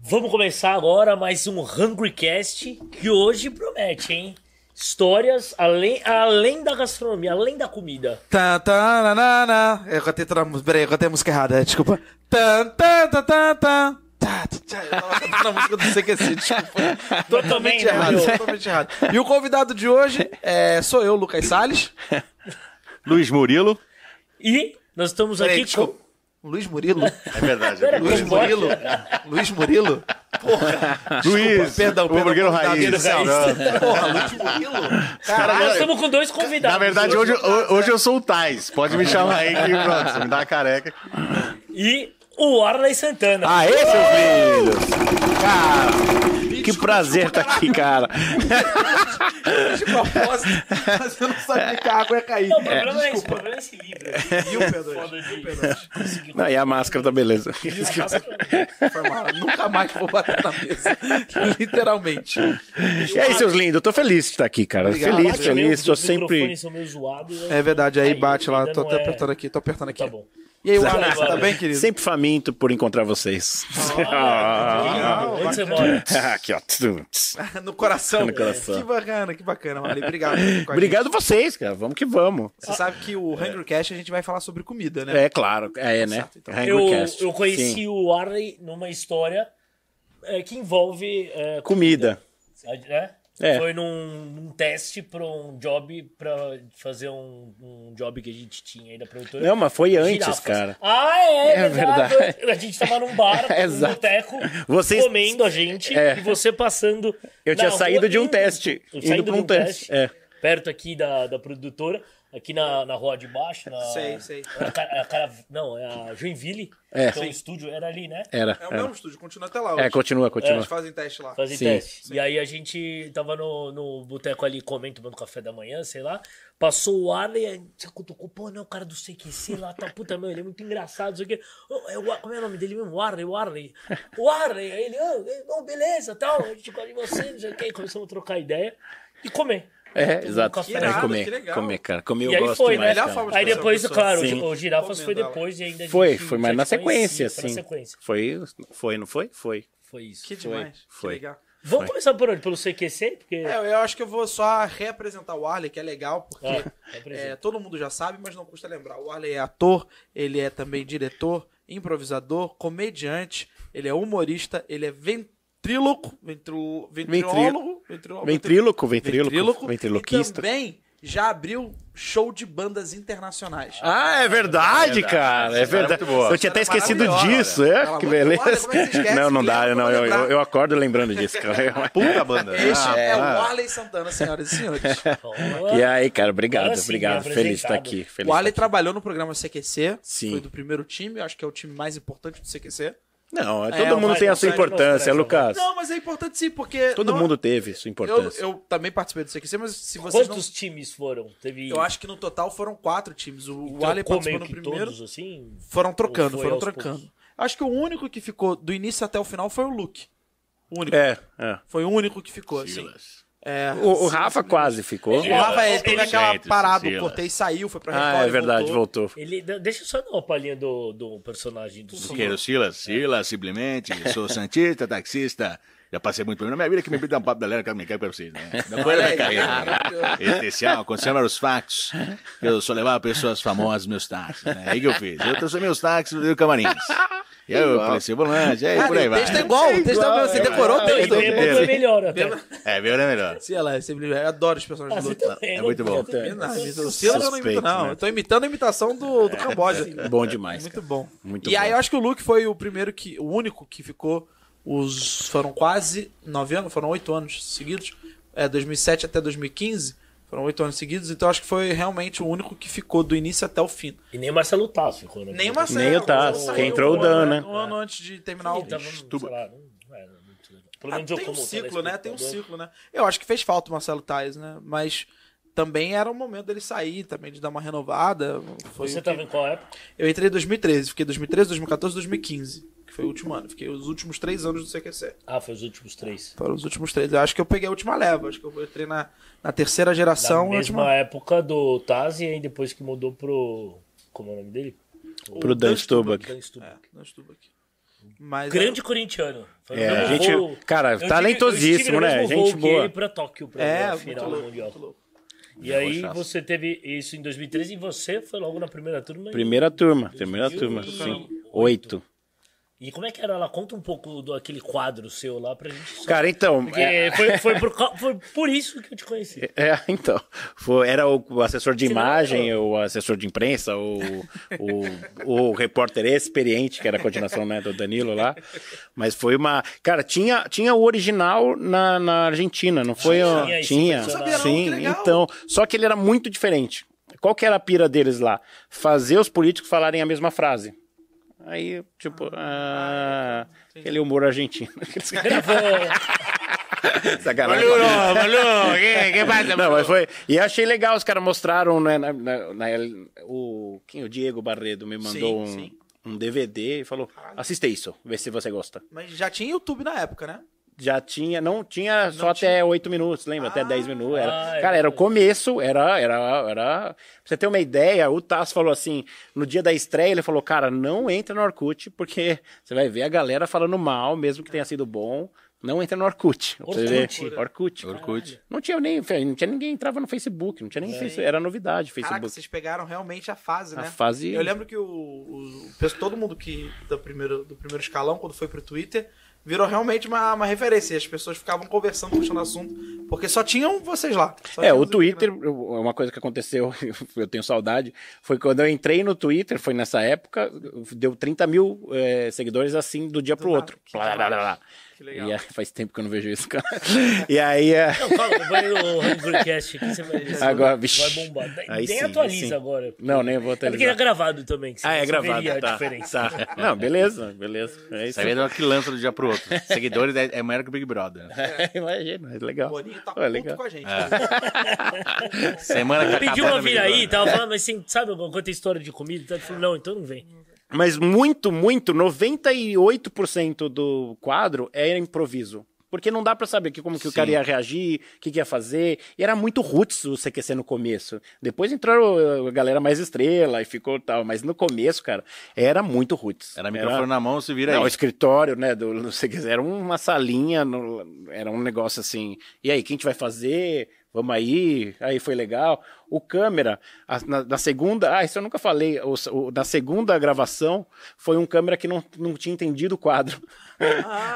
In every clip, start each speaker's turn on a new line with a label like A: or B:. A: Vamos começar agora mais um Hungrycast que hoje promete, hein? Histórias além, além da gastronomia, além da comida.
B: Tan, tan, Tá, na, na, na. Eu cantei toda a música. Peraí, eu cantei a música errada, desculpa. Tan, tan, tan, tan, tan. Tá, tá, tá. Eu tava cantando a música do CQC, é desculpa.
A: Totalmente
B: Totalmente errado, totalmente errado. E o convidado de hoje é, sou eu, Lucas Salles.
C: Luiz Murilo.
A: E nós estamos
B: Peraí,
A: aqui com.
B: desculpa. Luiz Murilo?
C: É verdade.
A: Pera,
B: Luiz
A: como
B: Murilo? Luiz Murilo? Porra.
C: Luiz,
B: perdão,
C: o
B: perdão,
C: hamburguero
B: convidado
C: raiz.
B: inicial.
C: Não.
B: Porra, Luiz Murilo?
A: Cara,
B: Caralho.
A: nós estamos com dois convidados.
C: Na verdade, hoje, ho- hoje eu sou o Tais. Pode me chamar aí que pronto, você me dá a careca.
A: E o Arley Santana.
B: Ah,
D: Aê, seus lindos! Cara, que prazer estar aqui, cara.
B: De propósito, mas eu não sabia que a água ia cair.
A: Não, o problema é, esse, o
B: Desculpa.
A: problema é esse livro.
B: E o
A: Foda
B: P2?
A: de-
B: E o P2?
A: Conseguiu.
D: Não, e a máscara tá beleza.
B: Foi mal. Nunca mais vou bater na mesa. Literalmente.
D: E aí, seus lindos? Eu tô feliz de estar aqui, cara.
B: Obrigado.
D: Feliz,
A: Bate mesmo,
D: feliz. Tô
A: os microfones
D: sempre.
A: são meio zoados, né?
B: É verdade, aí bate lá.
A: ainda
B: Tô
A: não
D: um
B: até
A: é-
B: apertando aqui, tô apertando aqui.
A: Tá bom.
B: E aí,
A: Vai,
B: Wallace, tá
A: vai.
B: bem, querido?
D: Sempre faminto por encontrar vocês.
A: Ah, Onde você mora?
D: aqui, ó. Tum, tss.
B: No coração.
D: No coração.
B: Que bacana, que bacana, Wally. Obrigado. por estar com a
D: Obrigado vocês, cara. Vamos que vamos.
B: gente. Você sabe que o Hungry Cash a gente vai falar sobre comida, né?
D: É claro. É, né?
B: Certo, então.
A: Eu,
D: Hangrycast.
A: eu conheci
D: Sim.
A: o Arley numa história é, que envolve é,
D: Comida.
A: né?
D: É.
A: Foi num, num teste para um job para fazer um, um job que a gente tinha aí da produtora.
D: Não, mas foi antes,
A: Girafas.
D: cara.
A: Ah, é,
D: É
A: verdade.
D: verdade. É
A: A gente tava num bar, num
D: Exato.
A: boteco,
D: Vocês-
A: comendo a gente
D: É.
A: e você passando.
D: Eu
A: na
D: tinha
A: rua,
D: saído de um
A: indo-
D: teste, indo
A: Saindo
D: pra
A: de
D: um teste, é.
A: Perto aqui da, da produtora, aqui na, na rua de baixo. Na,
B: Sei, sei.
A: na cara- a cara- não, é a Joinville.
D: É.
A: Então o
D: Sim.
A: estúdio era ali, né?
D: Era.
B: É o
D: era.
B: mesmo estúdio, continua até lá.
D: É,
B: hoje.
D: continua,
B: Eles
D: continua.
B: fazem teste lá.
A: Fazer
D: Sim.
A: teste. E aí a gente tava no, no boteco ali comendo, tomando café da manhã, sei lá. Passou o Arley, aí você cutucou, pô, não, o cara do CQC lá, tá puta, meu, ele é muito engraçado, não sei o quê. Ô, é o Ar- como é o nome dele mesmo? O Arley, o Arley. O Arley, aí ele, "Ah, é, bom, beleza, tal, a gente gosta de você, não sei o quê. E começamos a trocar ideia e comer. um
D: É, exato.
A: café.
D: É,
B: Irado, que
D: comer,
B: legal.
D: comer, cara. Comer
A: e
D: eu
A: aí
D: gosto
A: foi,
D: demais,
A: né?
B: melhor
D: cara. assim
B: forma de
A: Aí
B: conhecer
A: depois,
B: uma pessoa.
A: claro,
D: Sim.
A: o, o Girafas foi
B: Comendo ela.
A: depois e ainda a gente
D: Foi, foi, mas
A: já
D: na
A: se
D: sequência,
A: conhecia, foi
D: assim.
A: Na sequência,
D: Foi, foi, não foi? Foi.
A: foi isso.
B: Que demais.
D: Foi.
B: Que legal.
A: Vamos começar por onde? Pelo CQC? Porque...
B: É, eu acho que eu vou só reapresentar o Arley, que é legal, porque
A: Ah, representa.
B: é, todo mundo já sabe, mas não custa lembrar. O Arley é ator, ele é também diretor, improvisador, comediante, ele é humorista, ele é ventríloco, ventru, ventriólogo, ventriólogo,
D: Ventríloco, ventríloco,
B: E
D: ventriloquista.
B: também já abriu show de bandas internacionais.
D: Ah, é verdade, cara.
C: Essa história
D: É
C: é
D: verdade.
C: muito boa.
D: eu tinha até
B: Essa história é
D: esquecido
B: maravilhosa,
D: disso.
B: olha.
D: É,
B: Pelo
D: que
B: amor de Deus,
D: beleza.
B: olha, como é que você esquece?
D: não, não dá.
B: Lembra,
D: não,
B: vamos
D: eu, eu,
B: lembrar.
D: eu acordo lembrando disso, cara.
C: Puta banda.
B: Este
C: Ah,
B: é, o Arley Santana, senhoras e senhores.
A: Olá.
D: E aí, cara, obrigado,
A: Agora sim,
D: obrigado.
A: bem
D: Feliz de estar
A: apresentado.
D: aqui. Feliz
B: o Arley
D: de estar aqui.
B: trabalhou no programa CQC,
D: Sim.
B: foi do primeiro time, acho que é o time mais importante do CQC.
D: Não,
B: É,
D: todo mundo
B: vai,
D: tem a
A: não sai
D: sua
A: de
D: importância,
A: novo,
D: Lucas.
B: Não, mas é importante sim, porque.
D: Todo
B: não-
D: mundo teve sua
B: Eu,
D: importância.
B: eu também participei do CQC, mas se vocês
A: Quantos times foram? Teve.
B: não. Eu acho que no total foram quatro times. O, o
A: trocou
B: Ale participou
A: meio
B: no
A: Então que
B: primeiro.
A: todos, assim?
B: Foram trocando,
A: Ou foi
B: foram
A: aos
B: trocando.
A: poucos?
B: Acho que o único que ficou do início até o final foi o Luke. O único.
D: É, é.
B: Foi o único que ficou, assim. É,
D: O, o Rafa quase ficou.
B: o Rafa é,
A: Ele-
B: teve aquela
C: Gente,
B: parada,
C: Silas.
B: o cortei saiu, foi pra
D: Ah,
B: Record
D: é
B: e
D: verdade, voltou.
A: Ele... de- Deixa eu só dar uma palhinha do, do personagem do
C: Que era o Silas? Silas, simplesmente. Sou santista, taxista. Já passei muito problema na minha vida que me dá um papo da galera que me quer pra vocês, né? Não foi na minha carreira. né? Essencial, aconteceu eram os fatos. Eu só levava pessoas famosas meus táxis, né? Aí que eu fiz. Eu transformei os táxis no Camarins. E aí eu comecei volante, aí por
B: Cara,
C: aí
B: o
C: vai.
B: texto é igual, o texto é igual. Você decorou o
A: Não, e
B: texto.
A: bêbado é melhor até.
C: É, meu é melhor.
B: Sei lá, eu sempre- eu adoro os personagens do Luke.
A: tá então,
C: É muito bom.
B: Não, imita- O Silas eu não imito,
D: Suspeito,
B: não.
D: né?
B: Eu tô imitando a imitação do, do Camboja.
D: Bom demais.
B: Muito
D: cara.
B: bom.
D: Muito
B: e aí
D: bom.
B: eu acho que o Luke foi o primeiro que. O único que ficou. Os. Foram quase nove anos, foram oito anos seguidos. É, 2007 até 2015. Foram oito anos seguidos. Então eu acho que foi realmente o único que ficou do início até o fim.
A: E nem o Marcelo Tasso ficou, né?
B: Nem o Marcelo.
D: Nem o Tasso,
B: Marcelo
D: quem
B: saiu
D: entrou o
B: um
D: Dan,
B: ano-
D: né?
B: Um ano antes de terminar o.
A: Ele tava, sei lá, não era muito legal. Pelo
B: Ah,
A: menos eu
B: tem um
A: como
B: ciclo, né? Tem um
A: telespectador.
B: ciclo, né? Eu acho que fez falta o Marcelo Tais, né? Mas também era o momento dele sair, também de dar uma renovada. Foi o
A: Você
B: que-
A: tava em qual época?
B: Eu entrei em 2013, fiquei 2013, 2014, 2015, que foi o último ano. Fiquei os últimos três anos do CQC.
A: Ah, foi os últimos três.
B: Foram os últimos três. Eu acho que eu peguei a última leva. Acho que eu entrei na, na terceira
A: Na
B: geração. a
A: mesma
B: última...
A: época do Tazi, e aí depois que mudou pro. Como é o nome dele?
D: Pro Dan Stubach.
A: Dan Stubach.
B: É, não estudo aqui. Mas
A: Grande corintiano. Foi no
D: É,
A: mesmo
D: gente-
A: voo-
D: cara,
A: eu tive-
D: talentosíssimo,
A: eu estive no
D: né?
A: mesmo voo
D: Gente
A: que
D: boa.
A: ele pra Tóquio, pra
B: É,
A: ver a
B: muito
A: final
B: louco,
A: mundial.
B: muito louco.
A: E aí
C: Rochaço.
A: você teve isso em 2013 e você foi logo na primeira turma. e-
D: Primeira turma, primeira turma,
A: 2008.
D: sim. Oito.
A: E como é que era lá? Conta um pouco do aquele quadro seu lá pra gente. só-
D: Cara, então.
A: Porque
D: É,
A: foi, foi por, ca- foi por isso que eu te conheci.
D: é, então. Foi- era o o assessor de
A: Você não
D: imagem,
A: era-
D: o assessor de imprensa, o, o, o repórter experiente, que era a continuação né, do Danilo lá. Mas foi uma. Cara, tinha, tinha o original na, na Argentina, não foi?
A: Tinha,
D: ó?
A: tinha esse
D: tinha.
A: personagem.
B: Não sabia não, que
D: Sim,
B: legal.
D: então. Só que ele era muito diferente. Qual que era a pira deles lá? Fazer os políticos falarem a mesma frase. Aí, tipo, ah, aquele humor argentino. Sacanagem.
C: boludo,
D: é,
C: que, que passa,
D: Não, mas foi. E eu achei legal, os caras mostraram, né? na- na- na- o, quem, o Diego Barredo me
B: Sim,
D: mandou um,
B: sim.
D: um DVD e falou: assista isso, vê se você gosta.
B: Mas já tinha YouTube na época, né?
D: Já tinha, não tinha só até oito minutos, lembra? até 10 minutos. Era,
A: Ah, é
D: cara, era o
A: verdade.
D: começo, era, era, era. Pra você ter uma ideia, o Tasso falou assim: no dia da estreia, ele falou, cara, não entra no Orkut, porque você vai ver a galera falando mal, mesmo que tenha sido bom. Não entra no Orkut. Pra você ver.
A: Orkut.
D: Orkut.
C: Orkut.
D: Não tinha nem, não tinha ninguém entrava no Facebook, não tinha nem face- era novidade
B: É, Caraca,
D: Facebook.
B: vocês pegaram realmente a fase,
D: A
B: né?
D: fase-
B: Eu lembro que o, o- o pessoal- todo mundo que do primeiro, do primeiro escalão, quando foi pro Twitter, virou realmente uma, uma referência. E As pessoas ficavam conversando, puxando assunto, porque só tinham vocês lá. Só
D: É,
B: tinham
D: o
B: vocês
D: Twitter,
B: né?
D: eu- uma coisa que aconteceu, eu tenho saudade, foi quando eu entrei no Twitter, foi nessa época, deu 30 mil eh, seguidores assim, do dia pro
B: nada,
D: outro.
B: que
D: Lá, lá, lá, lá.
B: Que legal.
D: E aí, faz tempo que eu não vejo isso, cara. E aí, eh,
A: Não, calma, vai no Hungercast aqui, você vai, você
D: Agora,
A: vai
D: vixi.
A: bombar. Nem-
D: Aí
A: nem
D: sim,
A: atualiza
D: aí sim.
A: agora.
D: Não, nem vou
A: É porque é
D: atualizar.
A: gravado também. que você-
D: Ah, é
A: você
D: gravado,
A: veria A
D: tá,
A: diferença.
D: tá. Não, beleza, beleza. É isso.
C: Sabia Tá que lança do dia pro outro. Seguidores é, é maior que o Big Brother.
D: Imagina, é legal.
B: O Boninho tá
D: Pô, é
B: puto
D: legal.
B: com a gente.
C: Semana que
A: Pediu
C: acabou
A: uma
C: no
A: vir
C: Big
A: aí,
C: Brother.
A: tava falando, mas assim, sabe alguma coisa, tem história de comida? e tal? Eu falei, não, então não vem.
D: Mas muito, muito, 98% do quadro era improviso. Porque não dá pra saber que, como que o cara ia reagir, o que, que ia fazer. E era muito roots o CQC no começo. Depois entrou uh, a galera mais estrela e ficou tal. Mas no começo, cara, era muito roots.
C: Era microfone na mão, se vira
D: Não, o
C: aí.
D: escritório, né, do, do CQC, era uma salinha, no- era um negócio assim, e aí, quem a gente vai fazer? Vamos aí, aí foi legal. O câmera, a- na, na segunda, ah, isso eu nunca falei, o, o- na segunda gravação, foi um câmera que não, não tinha entendido o quadro.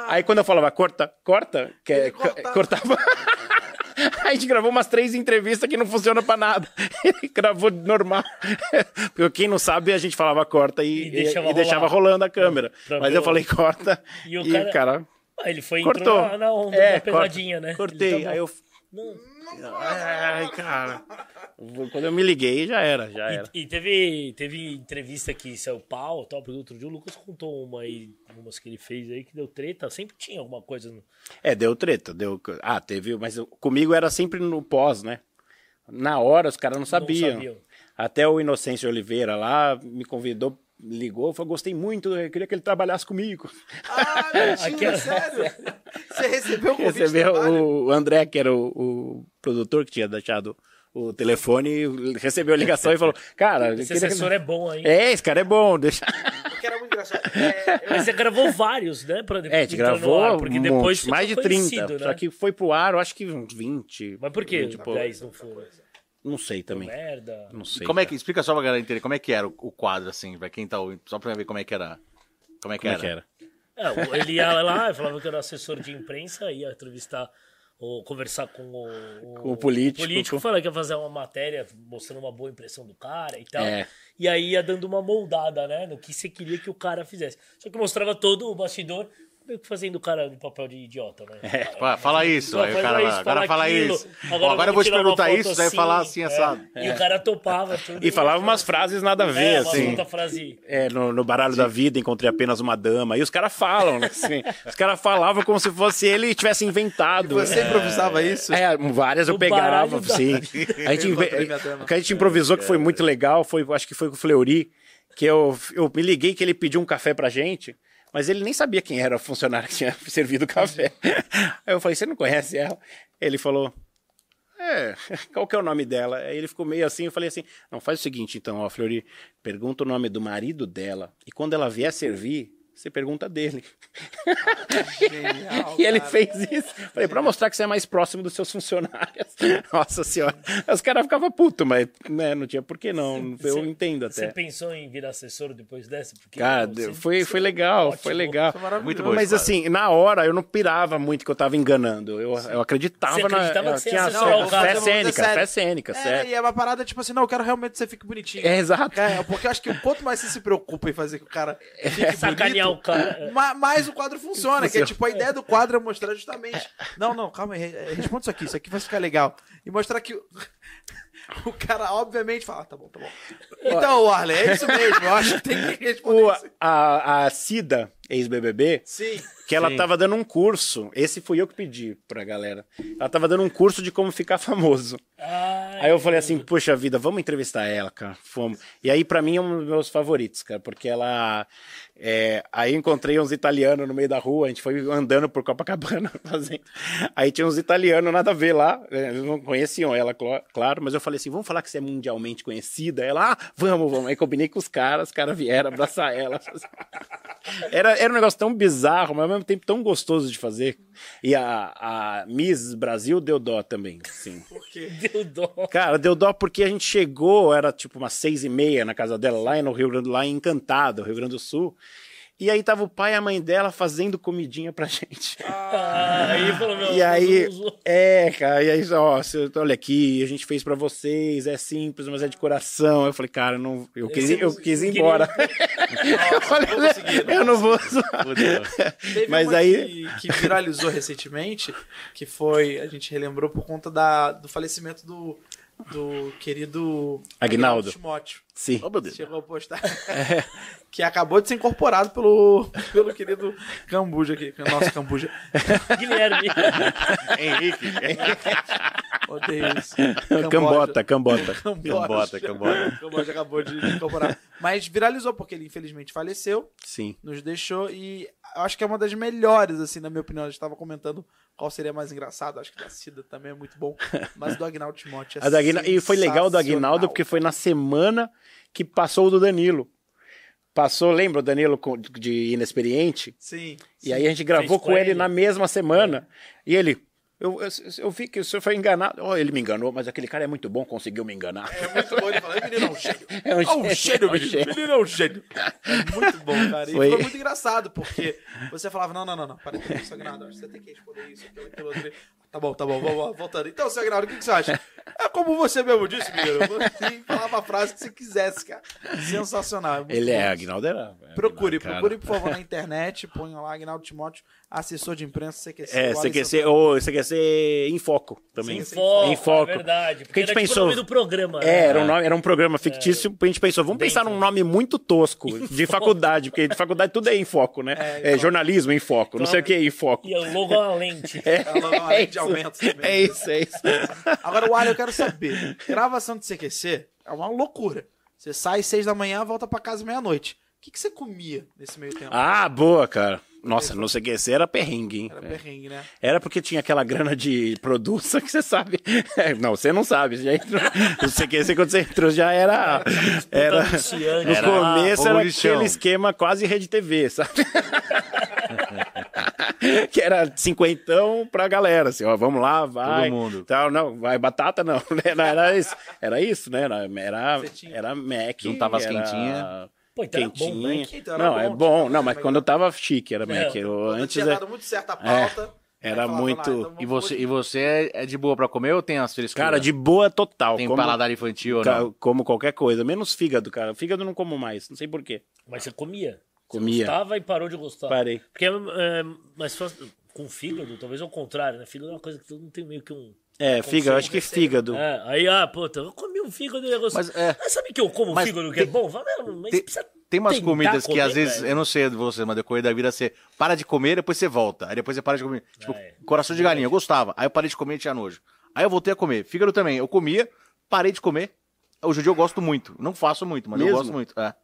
D: aí quando eu falava, corta, corta, que, é-
B: Ah. Ele cortava.
D: cortava... A gente gravou umas três entrevistas que não funciona pra nada. Ele gravou normal. Porque quem não sabe, a gente falava corta e,
A: E deixava
D: e- e deixava
A: rolar.
D: rolando a câmera.
A: Pra
D: Mas
A: ver
D: eu
A: o-
D: falei, corta.
A: E
D: E
A: o
D: o
A: cara-
D: cara,
A: Ah, ele foi entrou
D: cortou.
A: na, na onda
D: É,
A: da
D: corta.
A: pegadinha, né? Ele
D: Cortei.
A: tá bom.
D: aí eu. Ai, cara. Quando eu me liguei, já era, já era.
A: E teve, teve entrevista que saiu pau, tal, porque outro dia o Lucas contou uma aí, umas que ele fez aí que deu treta, sempre tinha alguma coisa. né? No...
D: É, deu treta, deu. Ah, teve. Mas eu- comigo era sempre no pós, né? Na hora os caras não sabiam.
A: sabiam.
D: Até o Inocêncio Oliveira lá me convidou, ligou, falou: gostei muito, eu queria que ele trabalhasse comigo.
B: Ah, mentira, sério? Você recebeu o convite
D: Recebeu
B: do trabalho?
D: o, o André, que era o, o produtor que tinha deixado o telefone, recebeu a ligação e falou: Cara, eu
A: Esse
D: queria que-
A: assessor é bom aí.
D: É, esse cara é bom, deixa.
B: O que era muito engraçado. É,
A: Mas você gravou vários, né? Pra
D: É, a gente
A: entrar no
D: gravou
A: ar, porque
D: um
A: depois
D: monte,
A: ficou
D: mais de 30.
A: conhecido, né?
D: Só que foi pro ar, eu acho que uns 20.
A: Mas por que
D: Tipo,
A: 10 não foram?
D: não sei também.
A: Merda.
D: Não sei.
C: Como é
D: cara.
C: que, explica só pra galera inteira, como é que era o, o quadro, assim, pra quem tá ouvindo, só pra ver como é que era. Como é que
D: Como é
C: era?
D: que era?
A: É, ele ia lá, falava que era assessor de imprensa, ia entrevistar ou conversar com o,
D: Com o político, com-
A: falando que ia fazer uma matéria mostrando uma boa impressão do cara e tal.
D: É.
A: E aí ia dando uma moldada, né? No que você queria que o cara fizesse. Só que mostrava todo o bastidor, meio que fazendo o cara de papel de idiota, né?
C: Fala, Tipo, ah, fala É, isso,
A: Fala,
C: aí o
A: faz
C: cara
A: isso,
C: lá, agora fala
A: aquilo,
C: isso. Ó, Agora, eu vou te
A: tirar uma
C: perguntar
A: foto
C: isso, vai falar assim,
A: é.
C: assado.
A: E o cara topava tudo.
D: E falava umas frases nada a ver,
A: É, uma
D: assim.
A: outra frase.
D: É, no, no baralho da vida encontrei apenas uma dama. E os caras falam, né? assim. os caras falavam como se fosse ele e tivesse inventado. né?
B: você improvisava isso?
D: É, várias eu
A: No baralho
D: pegava,
A: da
D: sim. A gente, inve-
B: encontrei minha dama.
D: o que a gente improvisou que foi muito legal foi, acho que foi com o Fleury, que eu, eu me liguei que ele pediu um café pra gente, mas ele nem sabia quem era o funcionário que tinha servido o café. Aí eu falei, você não conhece ela? Ele falou, é, qual que é o nome dela? Aí ele ficou meio assim, eu falei assim, não, faz o seguinte então, ó, Fleury, pergunta o nome do marido dela, e quando ela vier servir, Você pergunta dele. e ele fez isso. Falei, pra mostrar que você é mais próximo dos seus funcionários. Nossa senhora. Os caras ficavam putos, mas né, não tinha por que não.
A: Você-
D: eu entendo
A: Você
D: até.
A: pensou em virar assessor depois dessa? Porque,
D: Cara,
A: pô, você-
D: foi,
A: você-
D: foi legal,
A: é ótimo.
D: foi legal.
B: Isso é maravilhoso.
C: Muito bom
D: Mas
C: isso, cara.
D: assim, na hora eu não pirava muito que eu tava enganando. Eu, eu acreditava,
A: Você acreditava
D: na.
A: que
D: Eu
A: você
D: tinha
B: É,
A: ia acertar
D: fé,
A: o cara.
D: fé cênica,
B: Sério.
D: fé cênica,
B: É,
D: certo.
B: e é uma parada tipo assim, não, eu quero realmente que você fique bonitinho.
D: É, exato. É,
B: É, porque eu acho que quanto mais você se preocupa em fazer que o cara fique
A: Sacanear
B: bonito,
A: o cara.
B: ma- mais o quadro funciona. Que é tipo, a ideia do quadro é mostrar justamente. Não, não, calma aí, re- responde isso aqui, isso aqui vai ficar legal. E mostrar que o, o cara, obviamente, fala, ah, tá bom, tá bom. Então, Warley, é isso mesmo, eu acho que tem que responder
D: O-
B: isso.
D: a, a Cida, ex-BBB,
B: Sim.
D: que ela tava dando um curso. Esse fui eu que pedi pra galera. Ela tava dando um curso de como ficar famoso.
A: Ai,
D: Aí eu falei assim, poxa vida, vamos entrevistar ela, cara. Fomos. E aí, pra mim, é um dos meus favoritos, cara, porque ela. é, aí eu encontrei uns italianos no meio da rua, a gente foi andando por Copacabana fazendo. Aí tinha uns italianos, nada a ver lá. né, Eles não conheciam ela, clo- claro, mas eu falei assim: vamos falar que você é mundialmente conhecida? Ela, ah, vamos, vamos. Aí combinei com os caras, os caras vieram abraçar ela. Era, era um negócio tão bizarro, mas ao mesmo tempo tão gostoso de fazer. E a, a Miss Brasil deu dó também, sim.
A: deu dó.
D: Cara, deu dó porque a gente chegou, era tipo umas seis e meia na casa dela, lá no Rio Grande, lá em Encantado, Rio Grande do Sul. E aí tava o pai e a mãe dela fazendo comidinha pra gente.
A: Ah, Aí falou, não,
D: Ah. e aí,
A: usou, usou.
D: é, cara, e aí, ó, você- olha aqui, a gente fez pra vocês, é simples, mas é de coração. Eu falei, cara, não, eu quis,
A: Esse- é
D: eu quis ir
A: queria-
D: embora. eu falei, eu não vou zoar.
B: Teve
D: Mas
B: uma
D: aí,
B: Que, que viralizou recentemente, que foi. A gente relembrou por conta da, do falecimento do, do querido.
D: Agnaldo.
B: Timóteo.
D: sim.
C: Oh, meu Deus.
B: Chegou a postar.
D: É.
B: que acabou de ser incorporado pelo, pelo querido Cambuja aqui. Nossa, Cambuja.
A: Guilherme.
C: Henrique.
B: Odeio isso.
D: Cambota, cambota.
C: Cambota, Cambota.
B: Camboja acabou de incorporar. Mas viralizou, porque ele infelizmente faleceu.
D: Sim.
B: nos deixou e eu acho que é uma das melhores, assim, na minha opinião. A gente tava comentando qual seria mais engraçado. Acho que da Cida também é muito bom. Mas o do Agnaldo Timóteo é
D: A do Aguina- E foi legal do Aguinaldo,
B: sensacional.
D: porque foi na semana que passou o do Danilo. Passou, lembra o Danilo com- de inexperiente?
B: Sim.
D: E aí a gente gravou
A: Fez
D: com
A: com
D: ele
A: ele.
D: na mesma semana. E ele. Eu, eu, eu vi que o senhor foi enganado. Oh, ele me enganou, mas aquele cara é muito bom, conseguiu me enganar.
B: É muito bom ele falar, "Ei, menino é um gênio.
D: É um
B: É um
D: gênio,
B: gênio,
D: é um
B: menino.
D: gênio."
B: Menino é um gênio. É muito bom, cara. E
D: Foi-
B: foi, muito engraçado, porque você falava, não, não, não, não, para com isso, Agnaldo. Acho que você tem que responder isso, aquilo, aquilo, aquilo. Tá bom, tá bom, vamos lá, voltando. Então, seu Agnaldo, o que, que você acha? É como você mesmo disse, menino. Você falava a frase que você quisesse, cara. Sensacional. muito
D: Ele é,
B: bom.
D: Aguinaldo era. era
B: Procure,
D: cara.
B: procure, por favor, na internet, ponha lá Agnaldo Timóteo, assessor de imprensa, CQC.
D: É,
B: o
D: você quer
B: Alisson-
D: ser. Ou você quer ser em foco também.
A: Em foco,
D: Em foco.
A: É verdade. Porque,
D: Porque a gente
A: era tipo o
D: pensou-
A: nome do programa.
D: É,
A: né?
D: era um, nome- era um programa fictício, a gente pensou, vamos pensar
A: Dentro.
D: num nome muito tosco, de faculdade, porque de faculdade tudo é em foco, né? É, jornalismo em foco, não sei o que é em foco.
A: E o logo é uma lente.
D: É,
B: Ela não é de
D: isso.
B: aumento também.
D: É isso, é isso.
B: Agora, o Alho, eu quero saber. Gravação de CQC é uma loucura. Você sai às seis da manhã, volta pra casa meia-noite. O que, que você comia nesse meio tempo?
D: Ah, boa, cara. Nossa, não sei o que esse era perrengue, hein?
B: Era perrengue, né?
D: Era porque tinha aquela grana de produção que você sabe. É, não, você não sabe. Você já entrou. Não sei o que esse quando você entrou já era. Era.
C: É, tipo,
A: anunciante,
D: No
A: era-
D: começo
C: ah,
D: era
C: ebulição.
D: aquele esquema quase rede TV, sabe? que era cinquentão pra galera, assim, ó, vamos lá, vai.
C: mundo.
D: Tal, não, vai batata não. Era, era isso, era isso, né? Era, era,
B: tinha-
D: era Mac.
C: Juntava as
D: era-
C: quentinha.
A: Pô, então era bom,
D: quentinha.
A: né?
B: Então era
D: não,
B: bom,
D: é
B: tipo,
D: bom. Não, mas
B: mas-
D: quando eu tava chique era Mac. Eu-
B: Quando
D: antes
B: tinha
D: é-
B: dado muito certo a pauta.
D: É,
B: aí
D: era
B: falava,
D: muito-
B: "Lá, então vamos
E: E você,
B: pro
E: e você é de boa pra comer ou tem as frescuras?
D: Cara, de boa total.
E: Tem paladar infantil ou
D: ca-
E: não?
D: como qualquer coisa, menos fígado, cara. Fígado eu não como mais, não sei porquê.
A: Mas você comia.
D: Comia.
A: Gostava e parou de gostar.
D: Parei.
A: Porque é, é, mas só- com fígado, talvez ao contrário, né? Fígado é uma coisa que todo mundo tem meio que um.
D: É, fígado, acho que fígado.
A: É, aí, ah, puta, eu comi um fígado e eu gostei.
E: Mas, é.
A: Mas sabe que eu como
E: Mas
A: fígado que é
E: tem-
A: bom? Fala, "Não, Mas
E: Tem,
A: precisa
E: tem umas
A: tentar
E: comidas que
A: comer,
E: às vezes,
A: velho."
E: eu não sei de você, mas decorrer da vida você para de comer, depois você volta. Aí depois você para de comer. Tipo,
A: é.
E: coração de galinha, eu gostava. Aí eu parei de comer e tinha nojo. Aí eu voltei a comer. Fígado também, eu comia, parei de comer. Hoje em dia eu gosto muito. Não faço muito, mas
D: Mesmo?
E: eu gosto muito. É,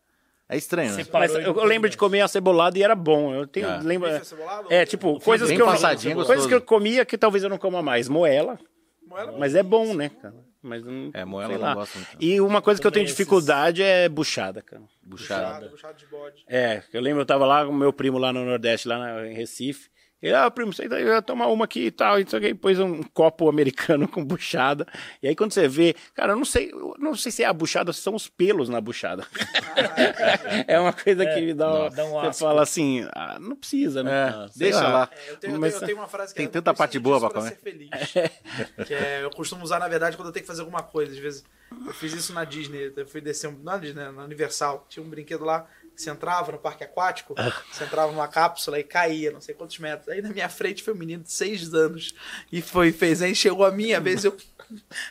E: é estranho, né?
A: Você
D: Mas
A: parou
D: eu,
A: de
D: eu lembro de comer a cebolada e era bom. Eu tenho,
E: É.
D: lembro.
B: Bife acebolado?
D: É, tipo, coisas
E: bem
D: que eu não-
E: passadinho,
D: coisas
E: gostoso.
D: que eu comia que talvez eu não coma mais, moela,
B: outro". Ela-
D: mas é bom, né, cara? Mas não.
E: É, Moela
D: sei
E: não
D: lá.
E: gosta muito.
D: E uma coisa que eu tenho
A: Também esses-
D: dificuldade é buchada, cara.
E: Buchada.
B: Puxado de bode.
D: É, eu lembro, eu tava lá com meu primo lá no Nordeste, lá na- em Recife. Ele, ah, primo, você vai tomar uma aqui e tal. E não sei o quê, e pôs um copo americano com buchada. E aí quando você vê, cara, eu não sei, eu não sei se é a buchada ou se são os pelos na buchada. é uma coisa que me dá, uma,
A: dá um
D: Você
A: asco.
D: fala assim, ah, não precisa, né? Ah, sei
E: É, Deixa lá.
B: É, eu, tenho, eu
D: Mas-
B: tenho- eu tenho uma frase que
E: tem
B: é,
E: tanta
B: "Eu
E: parte
B: preciso
E: boa pra
B: disso ser feliz. que é, eu costumo usar, na verdade, quando eu tenho que fazer alguma coisa. Às vezes, eu fiz isso na Disney. Eu fui descer, um, na Disney, na Universal. Tinha um brinquedo lá, que você entrava no parque aquático,
E: Ah.
B: você entrava numa cápsula e caía, não sei quantos metros. Aí na minha frente foi um menino de seis anos. E foi, fez. Aí chegou a minha vez, eu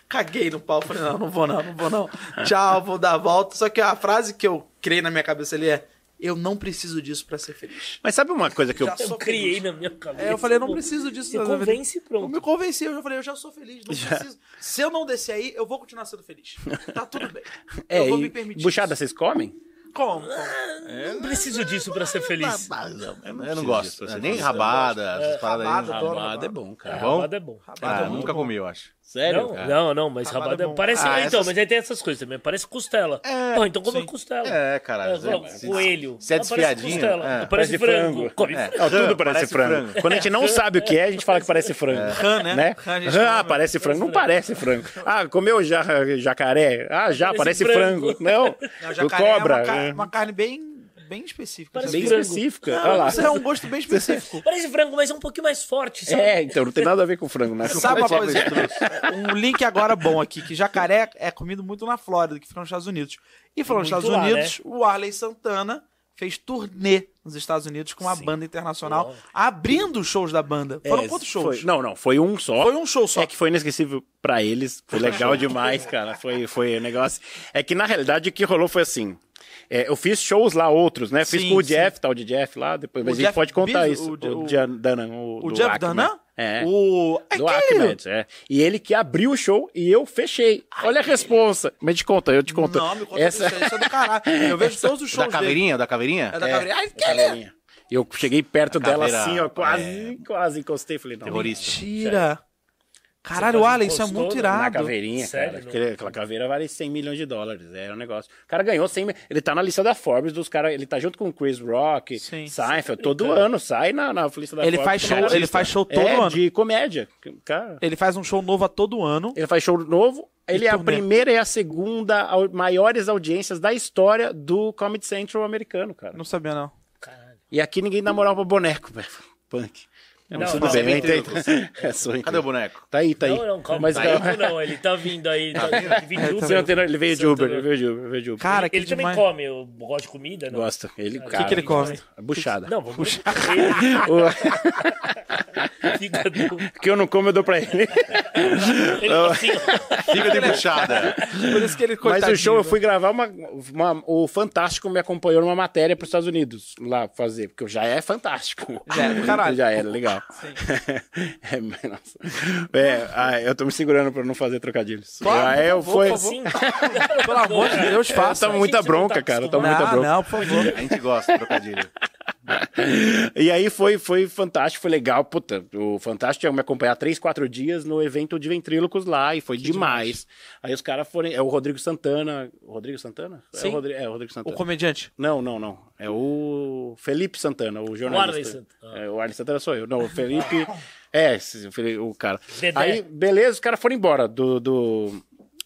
B: caguei no pau. Falei, não, não vou não, não vou não. Tchau, vou dar a volta. Só que a frase que eu criei na minha cabeça ali é, eu não preciso disso pra ser feliz.
D: Mas sabe uma coisa que eu.
B: Já
A: Eu
B: sou
A: criei na minha cabeça.
B: é, eu falei, eu não
A: pô.
B: preciso disso.
A: Se
B: na minha vida.
A: convence,
B: Eu
A: pronto.
B: me convenci, eu já falei, eu já sou feliz, não preciso. Se eu não descer aí, eu vou continuar sendo feliz. Tá tudo bem.
D: É,
B: eu vou
D: e
B: me permitir.
D: buchada, vocês comem?
B: isso. Como? como?
D: É, né?
A: Não preciso disso pra ser feliz.
E: Eu não,
C: preciso
D: Ah,
E: gosto. É,
C: disso, eu
E: nem
C: gosto.
E: rabada, essas paradas aí.
B: rabada,
E: não-
B: adoro
D: Rabada é bom,
A: É,
D: cara.
A: rabada é bom.
E: Ah,
B: Rabada é muito
E: nunca
B: bom.
E: comi, eu acho.
D: Sério? Ah.
A: Não,
D: cara?
A: não, não, mas rabada,
B: Rabada é
A: é
B: bom.
A: Parece,
E: Ah,
A: então,
E: essas-
A: mas aí tem essas coisas também. Parece costela. Pô, então come costela.
E: É, cara.
A: É, ó,
E: se-
A: coelho.
E: Se é
A: Ah, parece
E: desfiadinho.
A: costela.
E: é.
A: Parece
D: Parece
A: frango.
D: frango.
A: Come
E: É.
D: Não, tudo
E: Rã,
D: parece,
E: parece
D: frango.
E: frango.
D: Quando a gente não sabe o que é, a gente fala que parece frango. Rã,
B: né?
D: né?
B: Rã, a gente
D: Rã,
B: fala,
D: parece frango. Não parece frango. Ah, comeu ja, jacaré? Ah, já,
A: Parece
D: parece, frango.
A: frango.
D: Não,
B: Não,
D: o
B: jacaré
D: cobra.
B: É uma, ca-
D: é.
B: uma carne bem, bem específica.
A: Parece
D: Bem
B: sabe?
A: frango.
D: específica. Olha lá.
B: Isso é um gosto bem específico.
A: Parece frango, mas é um pouquinho mais forte, sabe?
D: É, então não tem nada a ver com frango, né?
B: Sabe uma coisa? Um link agora bom aqui, que jacaré é comido muito na Flórida, que fica nos Estados Unidos. E falando nos
A: Muito
B: Estados
A: lá,
D: né?
B: Unidos, o Arley Santana fez turnê nos Estados Unidos com uma banda internacional, abrindo os shows da banda. Foram
D: É,
B: quantos
D: foi-
B: shows?
D: não, não, foi um só.
B: um Foi um show só.
D: É que foi inesquecível pra eles. Foi legal demais, cara. Foi foi um negócio. É que na realidade o que rolou foi assim. é, eu fiz shows lá outros, né? Fiz
B: Sim,
D: com o
B: sim.
D: Jeff, tal de Jeff lá, depois
B: O
D: mas a gente
B: Jeff
D: pode contar
B: Bezos,
D: isso.
B: o Je-
D: O,
B: o-
D: Jan Danan, o,
B: O
D: do
B: Jeff
D: Acme.
B: Danan?
D: É.
B: O. É
D: Do
B: aquele-
D: Acme, é. E ele que abriu o show e eu fechei. Olha a responsa. Mas te conta, eu te conto.
B: Não, me conta isso,
D: Essa-
B: isso é do caralho. Eu vejo todos os
E: Da
B: shows dele.
E: caveirinha, da caveirinha?
B: É da caveirinha. Ai,
D: a caveirinha. Eu cheguei perto dela
E: caveira,
D: assim, ó,
B: é.
D: quase, quase encostei. Falei, não,
E: Terrorista.
B: Mentira. Caralho,
A: quase
B: Alan, isso é
A: encostou
B: muito
A: na
D: um Na
B: irado.
D: caveirinha,
A: Sério,
D: cara.
A: não?
D: Aquele- Aquela caveira vale 100 milhões de dólares. É um negócio. O cara ganhou 100 mil. Ele tá na lista da Forbes dos caras. Ele tá junto com o Chris Rock,
B: Sim.
D: Seinfeld. Todo ano sai na, na lista da
B: Ele
D: Forbes.
B: faz
D: como
B: show-
D: artista.
B: ele faz show todo
D: É,
B: ano.
D: de comédia. Cara,
B: Ele faz um show novo a todo ano.
D: ele faz show novo. Ele é a
B: turnê.
D: primeira e a segunda au- maiores audiências da história do Comedy Central americano, cara.
B: Não sabia, não.
A: Caralho.
D: E aqui ninguém dá moral pra boneco, velho. Punk. Não,
A: Não,
D: tudo
A: não,
D: bem,
A: não,
D: eu entendo. É, sou
E: Cadê
D: incrível.
E: o boneco?
D: Tá aí, tá aí.
A: Não, não, calma.
D: Mas,
A: tá
D: calma.
A: indo, não, ele tá vindo aí. Tá vindo de
D: Você não
A: Uber.
D: tem- Ele veio de Uber,
A: Você
D: ele
A: não tem-
D: veio de Uber, ele veio de Uber.
B: Cara, que
A: Ele também
B: demais.
A: come, eu gosto de comida, não?
D: Gosta. Ele,
A: O
D: cara,
A: que
B: que ele come?
D: A buchada.
A: Não, vamos puxar. Ele
D: O
A: fica do...
D: que eu não como, eu dou pra ele.
A: Ele assim, ó.
E: Fica de puxada.
B: Por isso que ele
D: Mas
B: coitadinho,
D: o show, eu
B: né?
D: fui gravar uma, uma- O Fantástico me acompanhou numa matéria pros Estados Unidos lá fazer, porque eu já é fantástico.
B: Já é do caralho.
D: Já era, legal. É, mas, nossa. É, ah, eu tô me segurando pra não fazer trocadilhos.
B: Claro,
D: Ah, eu
B: por favor,
D: fui.
A: assim.
B: por Pelo amor de Deus,
A: É,
B: faça.
D: Tá muita
A: Gente, você não tá
D: bronca, cara. Tá
A: acostumado.
D: muita
B: Não,
D: bronca.
B: não, por favor.
E: A gente gosta, trocadilho.
D: E aí foi, foi fantástico, foi legal. Puta, o Fantástico ia me acompanhar três, quatro dias no evento de ventrílocos lá, e foi demais. Aí os caras foram. É o Rodrigo Santana. o Rodrigo Santana? É,
B: Sim.
D: o Rodrigo, é o Rodrigo
B: O
D: Santana.
B: comediante.
D: Não, não, não. É o Felipe Santana, o jornalista.
A: Arley Santana. Ah.
D: É, o Arley Santana sou eu. Não, o Felipe. é, esse- o Felipe- o cara.
A: Dedé.
D: Aí, beleza, os caras foram embora do. do...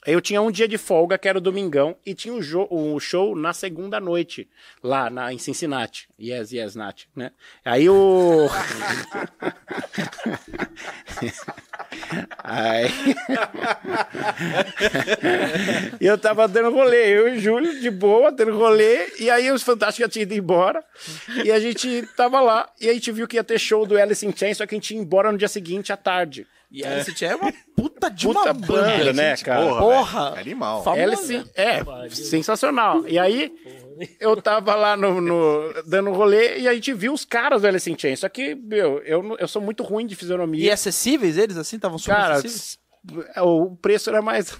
D: Eu tinha um dia de folga, que era o domingão, e tinha o, jo- o show na segunda noite, lá na, em Cincinnati. Yes, yes, Nath, né? Aí o... Aí... E eu tava dando rolê, eu e o Júlio, de boa, dando rolê. E aí os Fantásticos já tinham ido embora. E a gente tava lá. E a gente viu que ia ter show do Alice in Chains, só que a gente ia embora no dia seguinte, à tarde.
B: E aí, esse tio é uma puta de
D: Puta
B: uma
D: banda,
B: banda.
D: né,
B: gente?
D: cara?
B: Porra. É
E: velho, Animal.
B: Famosa.
D: Alice, é, sensacional. E aí, eu tava lá no, no- dando rolê e a gente viu os caras do Alice in Chains. Só que, meu, eu, não- eu sou muito ruim de fisionomia.
B: E acessíveis eles, assim? Estavam super
D: Cara,
B: acessíveis?
D: s- é, o preço era mais. O-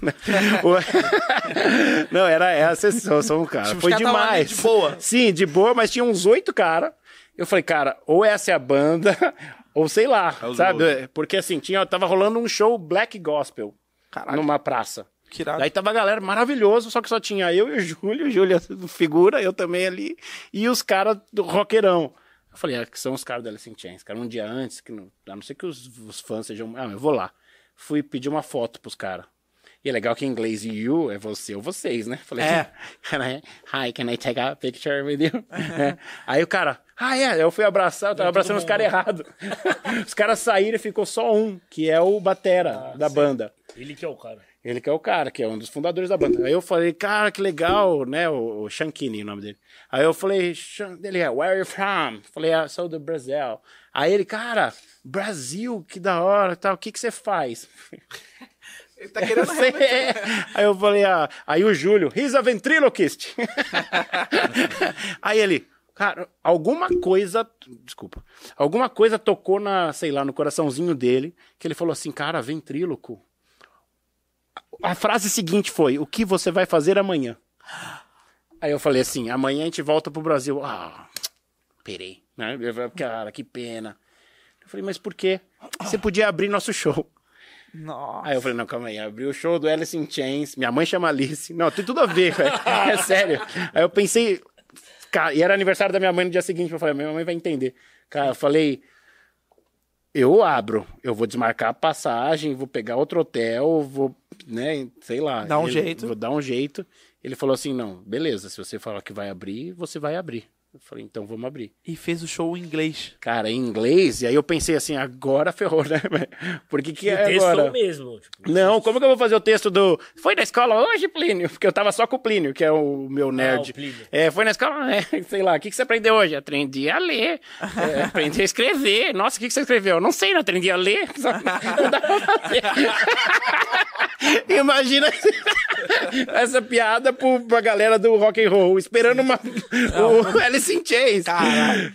D: não, era essa sessão, só um cara.
B: Tipo, Os
D: Foi
B: caras tavam ali
D: demais.
B: de boa.
D: Sim, de boa, mas tinha uns oito caras. Eu falei, cara, ou essa é a banda, ou sei lá,
E: os
D: sabe?
E: loucos.
D: Porque assim, tinha, tava rolando um show black gospel
B: Caralho.
D: numa praça.
B: Que irado.
D: Daí tava a galera maravilhoso, só que só tinha eu e o Júlio, o Júlio figura, eu também ali, e os caras do roqueirão. Eu falei, ah, que são os caras da Alice in Chains, cara, um dia antes, que não, a não ser que os, os fãs sejam, ah, eu vou lá. Fui pedir uma foto pros caras. E é legal que em inglês you é você ou vocês, né? Falei,
B: É.
D: Can I- hi, can I take a picture with you? É. Aí o cara, ah, é. Eu fui abraçar, eu tava abraçando os
A: mundo.
D: caras errado. os caras saíram e ficou só um, que é o Batera da banda.
A: Ele que é o cara.
D: Ele que é o cara, que é um dos fundadores da banda. Aí eu falei, cara, que legal, né? O, o Shankini, o nome dele. Aí eu falei, Shan- ele é, where are you from? Falei, ah, sou do Brasil. Aí ele, cara, Brasil, que da hora, tal. O que que você faz?
B: Ele tá querendo
D: Você é. Aí eu falei, ah, aí o Júlio, he's a ventriloquist. aí ele, cara, alguma coisa, desculpa, alguma coisa tocou na, sei lá, no coraçãozinho dele, que ele falou assim, cara, ventríloco. A frase seguinte foi, o que você vai fazer amanhã? Aí eu falei assim, amanhã a gente volta pro Brasil. Ah, perei. Né? Eu falei, Cara, que pena. Eu falei, mas por quê? Você podia abrir nosso show.
B: Nossa.
D: Aí eu falei, não, calma aí, abriu o show do Alice in Chains, minha mãe chama Alice. Não, tem tudo a ver, velho. É sério. Aí eu pensei, cara, e era aniversário da minha mãe no dia seguinte, eu falei, minha mãe vai entender. Cara, eu falei, eu abro, eu vou desmarcar a passagem, vou pegar outro hotel, vou, né, sei lá.
B: Dá um
D: Ele-
B: jeito.
D: Vou dar um jeito. Ele falou assim, não, beleza, se você falar que vai abrir, você vai abrir. Eu falei, então vamos abrir
B: E fez o show em inglês.
D: cara, em inglês, e aí eu pensei assim, agora ferrou, né? Porque que
A: E o
D: é
A: texto é
D: agora? Né?
A: o mesmo. Tipo,
D: Não, como é que eu vou fazer o texto do Foi na escola hoje, Plínio? Porque eu tava só com o Plínio, que é o meu nerd.
A: o Plínio.
D: é, foi na escola, né? sei lá, o que, que você aprendeu hoje? Aprendi a ler, é, aprendi a escrever. Nossa, o que, que você escreveu? Não sei, não aprendi a ler. Não dá pra fazer. Imagina essa piada pro, pra galera do rock and roll, esperando uma, o Alice in Chains.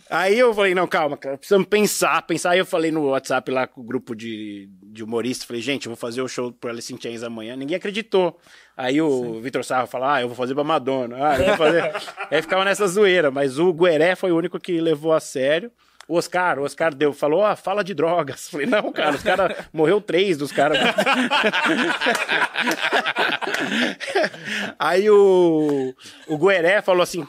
D: Aí eu falei, não, calma, cara, precisamos pensar, pensar. Aí eu falei no WhatsApp lá com o grupo de, de humoristas, falei, gente, eu vou fazer o show pro Alice in Chains amanhã. Ninguém acreditou. Aí o Vitor Sarro falou, ah, eu vou fazer pra Madonna, ah, eu vou fazer... Aí ficava nessa zoeira, mas o Gueré foi o único que levou a sério. O Oscar, o Oscar deu, falou, ah, fala de drogas. Falei, não, cara, os caras, morreu três dos caras. Aí o, o Gueré falou assim: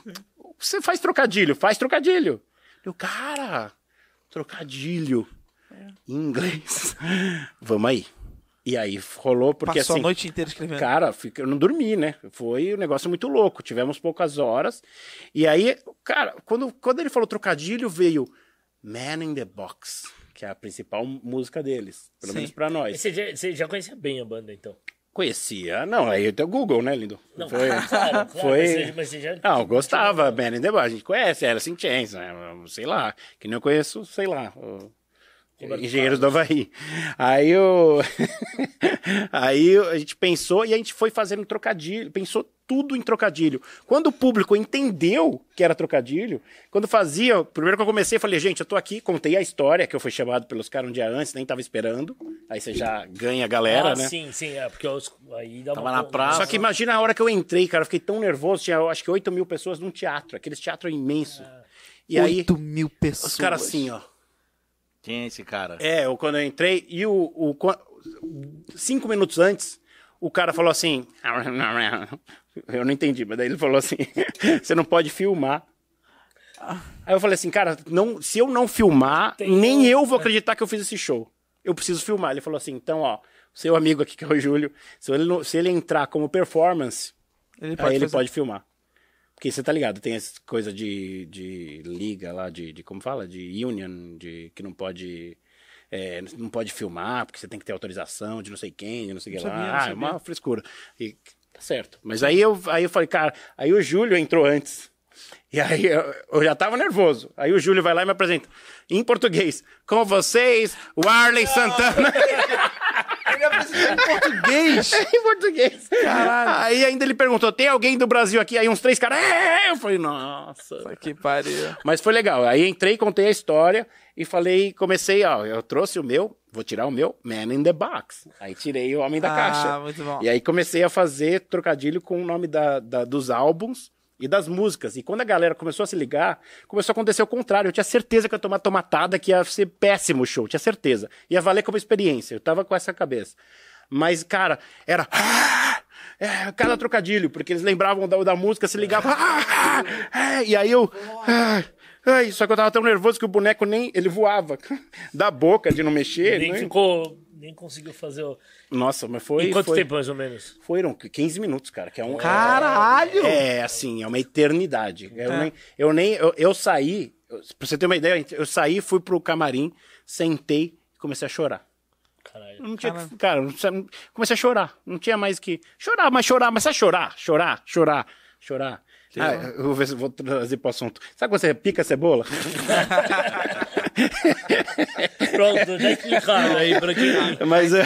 D: você faz trocadilho, faz trocadilho. Eu, cara, trocadilho. Em inglês. Vamos aí. E aí rolou, porque
B: Passou
D: assim.
B: a noite inteira
A: né?
B: escrevendo.
D: Cara, fica- eu não dormi, né? Foi um negócio muito louco. Tivemos poucas horas. E aí, cara, quando, quando ele falou trocadilho, veio Man in the Box, que é a principal música deles. Pelo
B: Sim.
D: menos pra nós.
A: você, já, você já conhecia bem a banda, então.
D: Conhecia. Não, aí tem o Google, né, lindo?
A: Não,
D: Foi.
A: claro, claro,
D: Foi.
A: mas você- mas você já- tipo,
D: Não, eu gostava. Man in the Box. A gente conhece Alice in Chains, né? Sei lá. Que nem eu conheço, sei lá. o-
A: Roberto
D: Engenheiros do Havaí. Aí eu... aí a gente pensou e a gente foi fazendo trocadilho. Pensou tudo em trocadilho. Quando o público entendeu que era trocadilho, quando fazia... Primeiro que eu comecei, eu falei, gente, eu tô aqui, contei a história, que eu fui chamado pelos caras um dia antes, nem tava esperando. Aí você já ganha a galera,
A: ah,
D: né?
A: sim, sim, é, porque os- aí dá
E: Tava
A: uma...
E: na praça.
D: Só que imagina a hora que eu entrei, cara, eu fiquei tão nervoso, tinha eu acho que 8 mil pessoas num teatro, aqueles teatro imenso. E aí,
B: 8 mil pessoas.
D: os caras assim, ó.
E: Quem é esse cara?
D: É, eu, quando eu entrei, e o, o. qua- Cinco minutos antes, o cara falou assim. Eu não entendi, mas daí ele falou assim: você não pode filmar. Aí eu falei assim, cara, não, se eu não filmar, nem eu vou acreditar que eu fiz esse show. Eu preciso filmar. Ele falou assim: então, ó, seu amigo aqui, que é o Júlio, se ele, não- se ele entrar como performance,
B: Ele
D: aí ele
B: fazer-
D: pode filmar. Porque você tá ligado, tem essa coisa de, de liga lá, de, de como fala? De union, de que não pode. é, não pode filmar, porque você tem que ter autorização de não sei quem, de não sei o que
B: sabia, não
D: lá. Ah, é
B: sabia.
D: uma frescura. E tá certo. Mas aí eu, aí eu falei, cara, aí o Júlio entrou antes. E aí eu, eu já tava nervoso. Aí o Júlio vai lá e me apresenta. Em português, com vocês, o Arley Santana.
B: Ele apresentou em português.
D: em português.
B: Caralho.
D: Aí ainda ele perguntou: tem alguém do Brasil aqui? Aí uns três caras. "É". Eu falei, nossa.
B: Puta que pariu.
D: Mas foi legal. Aí entrei, contei a história e falei, comecei, ó, eu trouxe o meu, vou tirar o meu Man in the Box. Aí tirei o Homem da
B: Ah,
D: Caixa.
B: muito bom.
D: E aí comecei a fazer trocadilho com o nome da, da- dos álbuns e das músicas. E quando a galera começou a se ligar, começou a acontecer o contrário. Eu tinha certeza que eu ia tomar tomatada, que ia ser péssimo o show, tinha certeza. Ia valer como experiência, eu tava com essa cabeça. Mas, cara, era... é, cada trocadilho, porque eles lembravam da, da música, se ligavam. "Ah, ah, é", e aí eu. "Ah, ai", só que eu tava tão nervoso que o boneco nem. Ele voava da boca de não mexer.
A: Nem
D: né?
A: ficou. Nem conseguiu fazer o.
D: Nossa, mas foi.
A: Em quanto
D: foi-
A: tempo, mais ou menos?
D: Foram 15 minutos, cara. Que é um,
B: Caralho!
D: É, assim, é uma eternidade. Eu nem. Eu, nem eu, eu saí, eu- pra você ter uma ideia, eu saí, fui pro camarim, sentei e comecei a chorar.
A: Caralho.
D: Eu não tinha que, cara, eu não sa- comecei a chorar. Não tinha mais que. Chorar, mas chorar, mas sabe chorar, chorar, chorar, chorar. Ah, eu vou ver se eu vou trazer pro assunto. Sabe quando você pica a cebola?
A: Pronto, já explicaram aí pra quem.
D: Mas, é,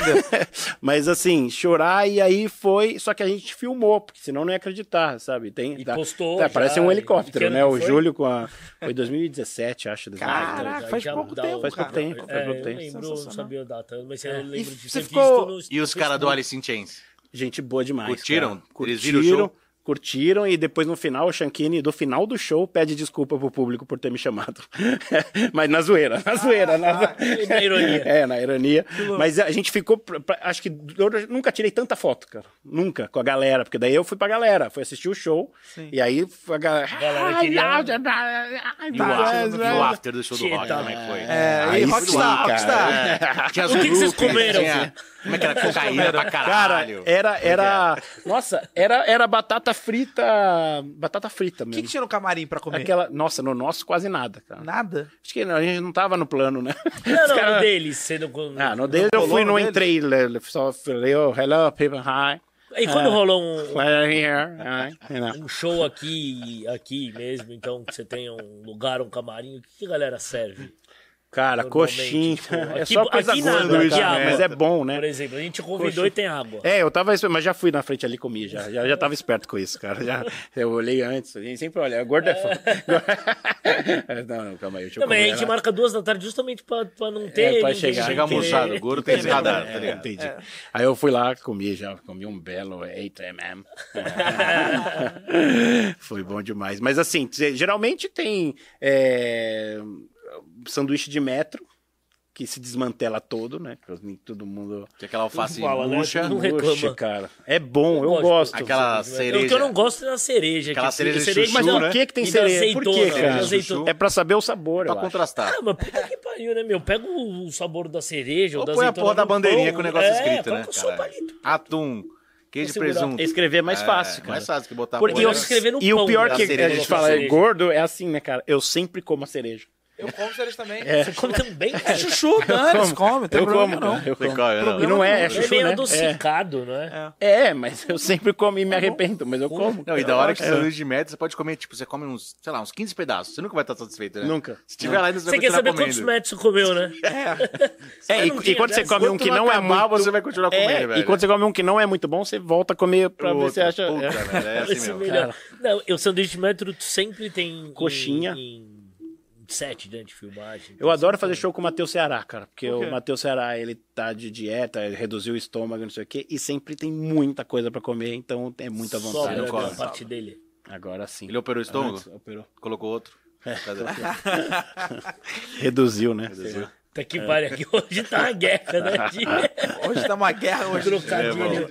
D: mas assim, chorar e aí foi. Só que a gente filmou, porque senão não ia acreditar, sabe? Tem,
A: E postou já,
D: parece um
A: e-
D: helicóptero,
A: que
D: né?
A: ano
D: O
A: foi?
D: Júlio com a. Foi 2017, acho. 2018.
B: Caraca,
A: Já-
B: faz
A: já
B: pouco
A: dá
B: tempo,
A: o-
D: Faz um pouco
B: cara.
D: tempo, faz
A: É, eu
D: pouco
A: não
D: tempo.
A: lembro, não
B: Sensacional.
A: sabia a data, mas eu lembro de
B: E
A: ter
B: você
A: visto
B: ficou-
A: no-
E: E os
A: no
E: caras do
A: Facebook.
E: Alice in Chains.
D: Gente boa demais.
E: Curtiram?
D: cara.
E: Eles viram o
D: curtiram,
E: show?
D: curtiram e depois no final o Shankini, do final do show, pede desculpa pro público por ter me chamado. Mas na zoeira, na zoeira. na...
A: Ah, na ironia.
D: É, na ironia. Mas a gente ficou, pra- pra- acho que eu nunca tirei tanta foto, cara. Nunca, com a galera, porque daí eu fui pra galera, fui assistir o show e aí a galera...
A: galera
D: Ai,
A: queria- um
D: loud, ai, ai,
E: E o after,
D: ai,
E: e o
D: ai.
E: after do show do rock,
A: Tcheta.
E: como é que foi?
B: Tá,
E: é,
B: É,
D: Aí
B: e
D: sim,
B: Rockstar,
D: cara. É.
B: Rockstar.
E: Tinha as
A: né? O que que vocês
E: groupies,
A: comeram? assim?
E: tinha- Como é que era? Cocaína pra
D: Cara, é
E: caralho.
D: era, era,
E: é.
D: nossa, era, era batata frita, batata frita
B: O que,
D: mesmo.
B: que tinha no camarim pra
A: É.
B: comer?
D: Aquela, nossa, no nosso quase nada, cara.
B: Nada.
D: Acho que a gente não tava no plano, né?
A: Não,
D: Os
A: não,
D: cara-
A: no deles. Sendo... com-
D: Ah, no deles eu
B: rolou
D: fui,
B: no
D: não
B: deles?
D: entrei, le- le- só falei, oh, hello, people, hi.
A: E quando
D: Ah.
A: rolou um,
D: We're here. hi. Não.
A: um show aqui, aqui mesmo, então que você tenha um lugar, um camarim, o que que a galera serve?
D: Cara,
A: Normalmente,
D: coxinha.
A: tipo,
D: é
A: aqui-
D: só coisa
A: aqui
D: gorda,
A: nada,
D: cara,
A: aqui água.
D: mas é bom, né?
A: Por exemplo, a gente convidou
D: Coxa.
A: e tem água.
D: É, eu tava, mas já fui na frente ali e comi, já, já, já tava esperto com isso, cara. Já, eu olhei antes, a gente sempre olha, gordo é fã. não, não, calma aí, deixa eu
A: É. Também
D: comer,
A: a gente
D: né?
A: marca duas da tarde justamente pra, pra não
D: É,
A: ter.
D: pra
A: ninguém né?
D: chegar.
A: sem
E: Chega
A: querer.
E: almoçado, o Goro tem esse radar, tá
D: É,
E: ligado?
D: entendi. Aí eu fui lá, comi já, comi um belo 8mm. Foi bom demais. Mas assim, cê- geralmente tem é, sanduíche de metro, que se desmantela todo, né? Porque nem Todo mundo...
E: Tinha aquela alface
A: Não fala, né?
E: murcha,
A: Não
D: Poxa,
A: reclama.
D: cara. É bom, eu
A: Lógico.
D: gosto.
E: aquela
A: Eu- O que eu
E: cereja.
A: não gosto é da cereja.
E: Aquela
A: que fica-
E: cereja de chuchu,
D: Mas não,
E: né?
D: o que que tem
A: E da
D: cereja? Por
A: azeitona,
D: que,
A: né?
D: cara?
A: Da azeitona.
D: É pra saber o sabor,
E: Pra
D: eu acho.
E: contrastar.
A: Ah, mas puta que pariu, né, meu? Pega o o sabor da cereja ou,
E: Ou
A: da
E: põe a
A: azeitona
E: porra da
A: no
E: bandeirinha
A: então pão.
E: com o negócio
A: É,
E: escrito, né?
A: coloca só o
E: caralho?
A: palito.
E: Atum, queijo de
A: Vou segurar.
E: presunto.
D: Escrever é mais fácil, cara.
E: Mais fácil que botar
D: Por-
E: a
D: e,
E: porra
D: eu-
A: Tem que
E: da-
A: escrever no
D: e o
A: pão,
D: pior
A: né?
D: que
E: Da cereja,
D: a gente
E: da
D: fala é
A: cereja.
D: gordo é assim, né, cara? Eu sempre como a cereja.
B: Eu como eles também.
A: Você come
E: É.
A: também, cara.
B: Chuchu, dane come, tem
D: eu
B: problema
D: É. como,
B: não.
D: cara, eu
E: Você
D: como.
E: come, não?
D: E não é, é
A: É
D: chuchu,
A: meio
D: né?
A: adocicado, né?
D: É. É, mas eu sempre como e me arrependo, mas eu como. É.
E: Não, e da hora que
A: É.
E: você sanduíche de metro, você pode comer, tipo, você come uns, sei lá, uns 15 pedaços. Você nunca vai estar satisfeito, né?
D: Nunca.
E: Se tiver lá, ainda você
A: Você
E: vai
A: quer
E: continuar
A: saber
E: comendo.
A: quantos metros você comeu, né?
D: É, e,
A: Mas não
D: e
A: tinha
D: quando você
A: dessa.
D: come um que não é muito...
E: acabar, você vai continuar comendo,
D: É,
E: velho.
D: E quando você come um que não é muito bom, você volta a comer pra ver
E: Outro.
D: se você acha...
E: Puta,
D: é.
E: velho, é assim
A: Esse
E: mesmo.
A: melhor. Não, eu sanduíche de metro sempre tem. em-
D: Coxinha.
A: Em, sete diante de filmagem.
D: Eu adoro fazer show com o Matheus Ceará, cara. Porque o Matheus Ceará, ele tá de dieta, ele reduziu o estômago, não sei o quê. E sempre tem muita coisa pra comer, então é muita vontade.
A: Sobra
E: não
A: aquela
E: come.
A: parte dele.
D: Agora sim.
E: Ele operou o estômago?
D: Antes, operou.
E: Colocou outro. Cadê?
D: Reduziu, né?
A: Tá que pariu aqui. Hoje tá uma guerra, né? De...
B: Hoje tá uma guerra hoje.
A: Trocadilho.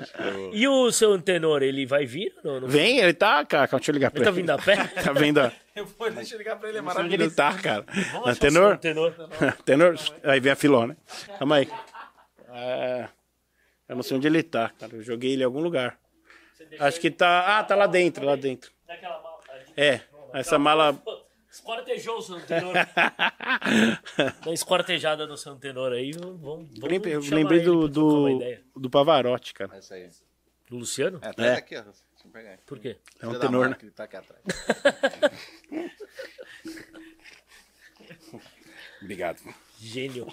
A: e o seu antenor, ele vai vir? ou Não, não...
D: É, Vem, ele tá, cara. Deixa eu ligar pra
A: Ele
D: ele.
A: tá vindo a pé?
D: Tá vindo a...
B: Eu vou deixa eu ligar pra ele, é
D: Onde ele
B: maravilhoso.
D: tá, cara?
A: um O
D: Antenor?
A: antenor.
D: Tenor, aí vem a Filó, né? Calma aí. É, eu não sei onde ele tá, cara. Eu joguei ele em algum lugar. Acho que tá. Ah, tá lá dentro, lá dentro.
A: Daquela mala. ali.
D: É,
A: Tá
D: essa mala.
A: Pô, Esquartejou o seu antenor. Dá uma esquartejada no seu antenor aí. Vamos, vamos
D: Eu lembrei- eu
A: chamar
D: lembrei
A: ele
D: do,
A: pra trocar uma
D: do,
A: ideia.
D: do Pavarotti, cara.
E: Essa aí.
A: Do Luciano?
E: É, tá aqui, ó. Deixa eu pegar aí.
A: Por quê?
D: É um tenor, né?
E: Ele tá aqui atrás.
D: Obrigado.
A: Gênio.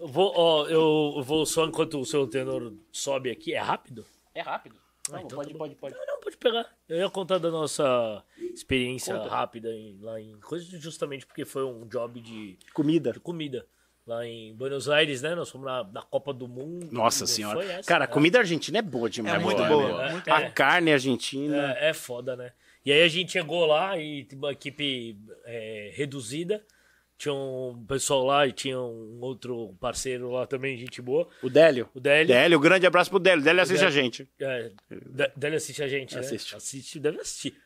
A: Eu vou, ó, eu vou só enquanto o seu tenor sobe aqui. É rápido? Ah, então tá
D: É rápido. pode, pode, pode.
A: Não, não, pode pegar. Eu ia contar da nossa experiência rápida em- lá em coisa justamente porque foi um job de,
D: Comida.
A: de comida. Lá em Buenos Aires, né? Nós fomos na, na Copa do Mundo.
D: Nossa
A: Não
D: senhora.
A: foi essa?
D: Cara, a
A: É.
D: comida argentina é boa demais.
B: É muito
D: cara.
E: boa,
B: boa.
A: é.
B: muito
D: A carne argentina.
A: É, é foda, né? E aí a gente chegou lá e tinha uma equipe é, reduzida. Tinha um pessoal lá e tinha um outro parceiro lá também, gente boa.
D: O Délio.
A: O DL.
D: Délio, um grande abraço pro Délio. Délio assiste
A: Délio.
D: a gente.
A: É, De- Délio assiste a gente, né?
D: Assiste.
A: Assiste, deve assistir.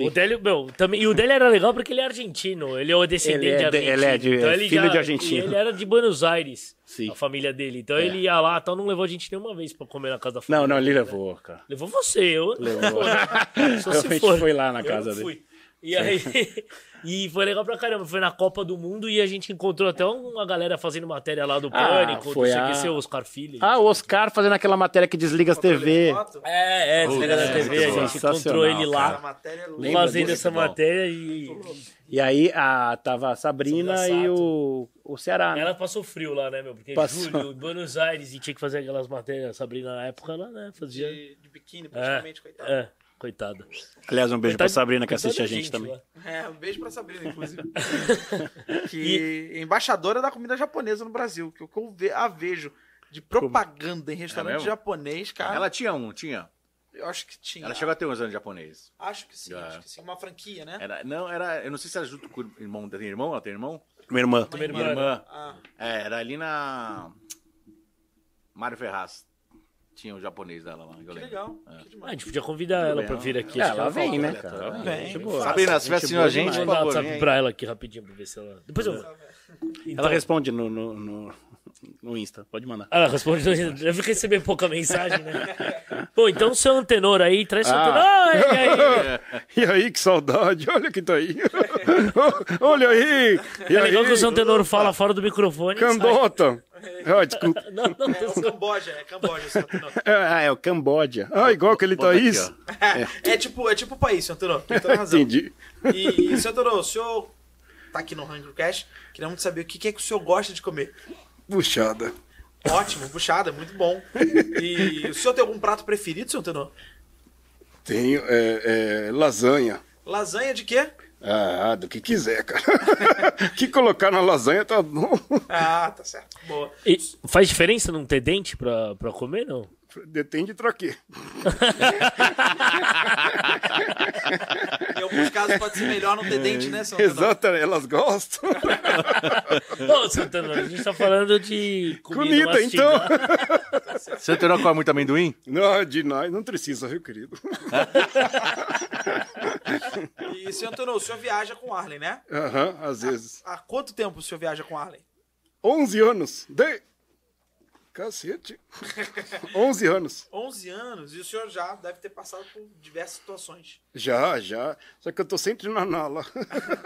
A: O Délio, meu, também, e o Délio era legal porque ele é argentino, ele é o descendente
D: Ele é de-
A: argentino.
D: ele é de-
A: então
D: é
A: ele
D: filho
A: já,
D: de argentino.
A: e Ele era de Buenos Aires,
D: Sim. É.
A: a família dele. Então ele ia lá, então não levou a gente nenhuma vez pra comer na casa da família. né?
D: Não, não, ele levou, cara.
A: Levou você, eu.
D: Levou.
A: Só
D: Eu
A: se
D: fui-
A: for.
D: fui lá na
A: Eu
D: casa
A: não
D: dele.
A: fui. E, aí, e foi legal pra caramba. Foi na Copa do Mundo e a gente encontrou até uma galera fazendo matéria lá do
D: Ah,
A: Pânico.
D: foi
A: não sei o
D: a-
A: que, seu Oscar Filho.
D: Ah, o Oscar fazendo aquela matéria que desliga as TV.
A: É, é, desliga da TV, a gente encontrou
D: sensacional,
A: ele
B: Essa
A: lá
B: matéria é louca.
D: Ah. Lembra
A: fazendo
D: disso?
A: essa
C: Bom.
A: matéria e
D: E aí a, tava a Sabrina
A: Sabrina
D: e
A: Sato.
D: o, o Ceará. né?
A: ela passou frio lá, né, meu? Porque
D: Passou.
A: julho, Buenos Aires, e tinha que fazer aquelas matérias, a Sabrina na época, ela, né, fazia...
B: De, de biquíni,
A: É,
B: praticamente, coitado.
A: é, coitada.
D: Aliás, um beijo pra
A: Coitada-
D: Sabrina que
A: coitada
D: assiste a
A: da
D: gente também.
A: lá.
B: É, um beijo pra Sabrina, inclusive. que é embaixadora da comida japonesa no Brasil. Que o que eu ve- a vejo de propaganda em restaurante
C: É mesmo?
B: japonês, cara.
C: Ela tinha um, tinha.
B: Eu acho que tinha.
C: Ela chegou É. a ter uns anos de japonês.
B: Acho que sim,
C: É.
B: acho que sim. Uma franquia, né?
C: Era, não, era. Eu não sei se era junto com o irmão. Tem irmão? Ela tem irmão?
D: Minha irmã.
B: Minha
A: irmã.
B: Ah,
C: É, era ali na. Mário Ferraz. Tinha um japonês dela lá.
B: que legal.
C: É.
B: Que
A: Ah, a
B: demais.
A: gente podia convidar ela pra vir aqui.
D: É,
A: acho que
D: ela vem, Tipo, né,
C: Olha,
D: cara?
C: tá
D: Vem,
B: bem.
D: gente boa.
C: Sabrina, se tivesse assistindo a gente,
A: Vou
C: por
A: mandar um
C: favor, vem
A: WhatsApp
C: aí.
A: pra ela aqui rapidinho pra ver se ela... Depois eu... Então,
D: Ela responde no, no, no, no Insta, pode mandar.
A: ela responde... Deve receber pouca mensagem, né? Bom, então seu antenor aí, traz seu
D: Ah.
A: antenor. Ah, e aí?
D: E aí, que saudade, olha que tá aí. olha aí. E
A: É legal que o seu antenor fala fora do microfone. e sai.
D: Ah, desculpa.
A: Não, não,
B: É o Camboja, é Camboja, seu Antenor.
D: Ah, é o Camboja. Ah, igual aquele
C: Bota aqui, ó.
B: É tipo, é tipo o país, seu Antenor. Tem toda razão. E, e seu Antenor, o senhor tá aqui no Hungry Cash, queria muito saber o que que é que o senhor gosta de comer.
F: Puxada.
B: Ótimo, puxada, muito bom. E o senhor tem algum prato preferido, seu Antenor?
F: Tenho é, é, lasanha.
B: Lasanha de quê?
F: Ah, do que quiser, cara. O que colocar na lasanha tá bom.
B: Ah, tá certo. Boa.
A: E faz diferença não ter dente pra, pra comer, não?
F: Detende e troquei.
B: Em alguns casos pode ser melhor não ter dente, né, seu Antenor?
F: É, Exato, elas gostam.
A: Ô, Santana, a gente tá falando de comida,
F: Comida, então.
A: mastigada.
C: Você não come muito amendoim?
F: Não, de nós não precisa, viu, querido?
B: E seu Antenor, o senhor viaja com o Arlen, né?
F: Aham, às vezes.
B: Há quanto tempo o senhor viaja com o Arlen?
F: 11 anos. De... Cacete. 11 anos.
B: 11 anos e o senhor já deve ter passado por diversas situações.
F: Já, já. Só que eu tô sempre na nala.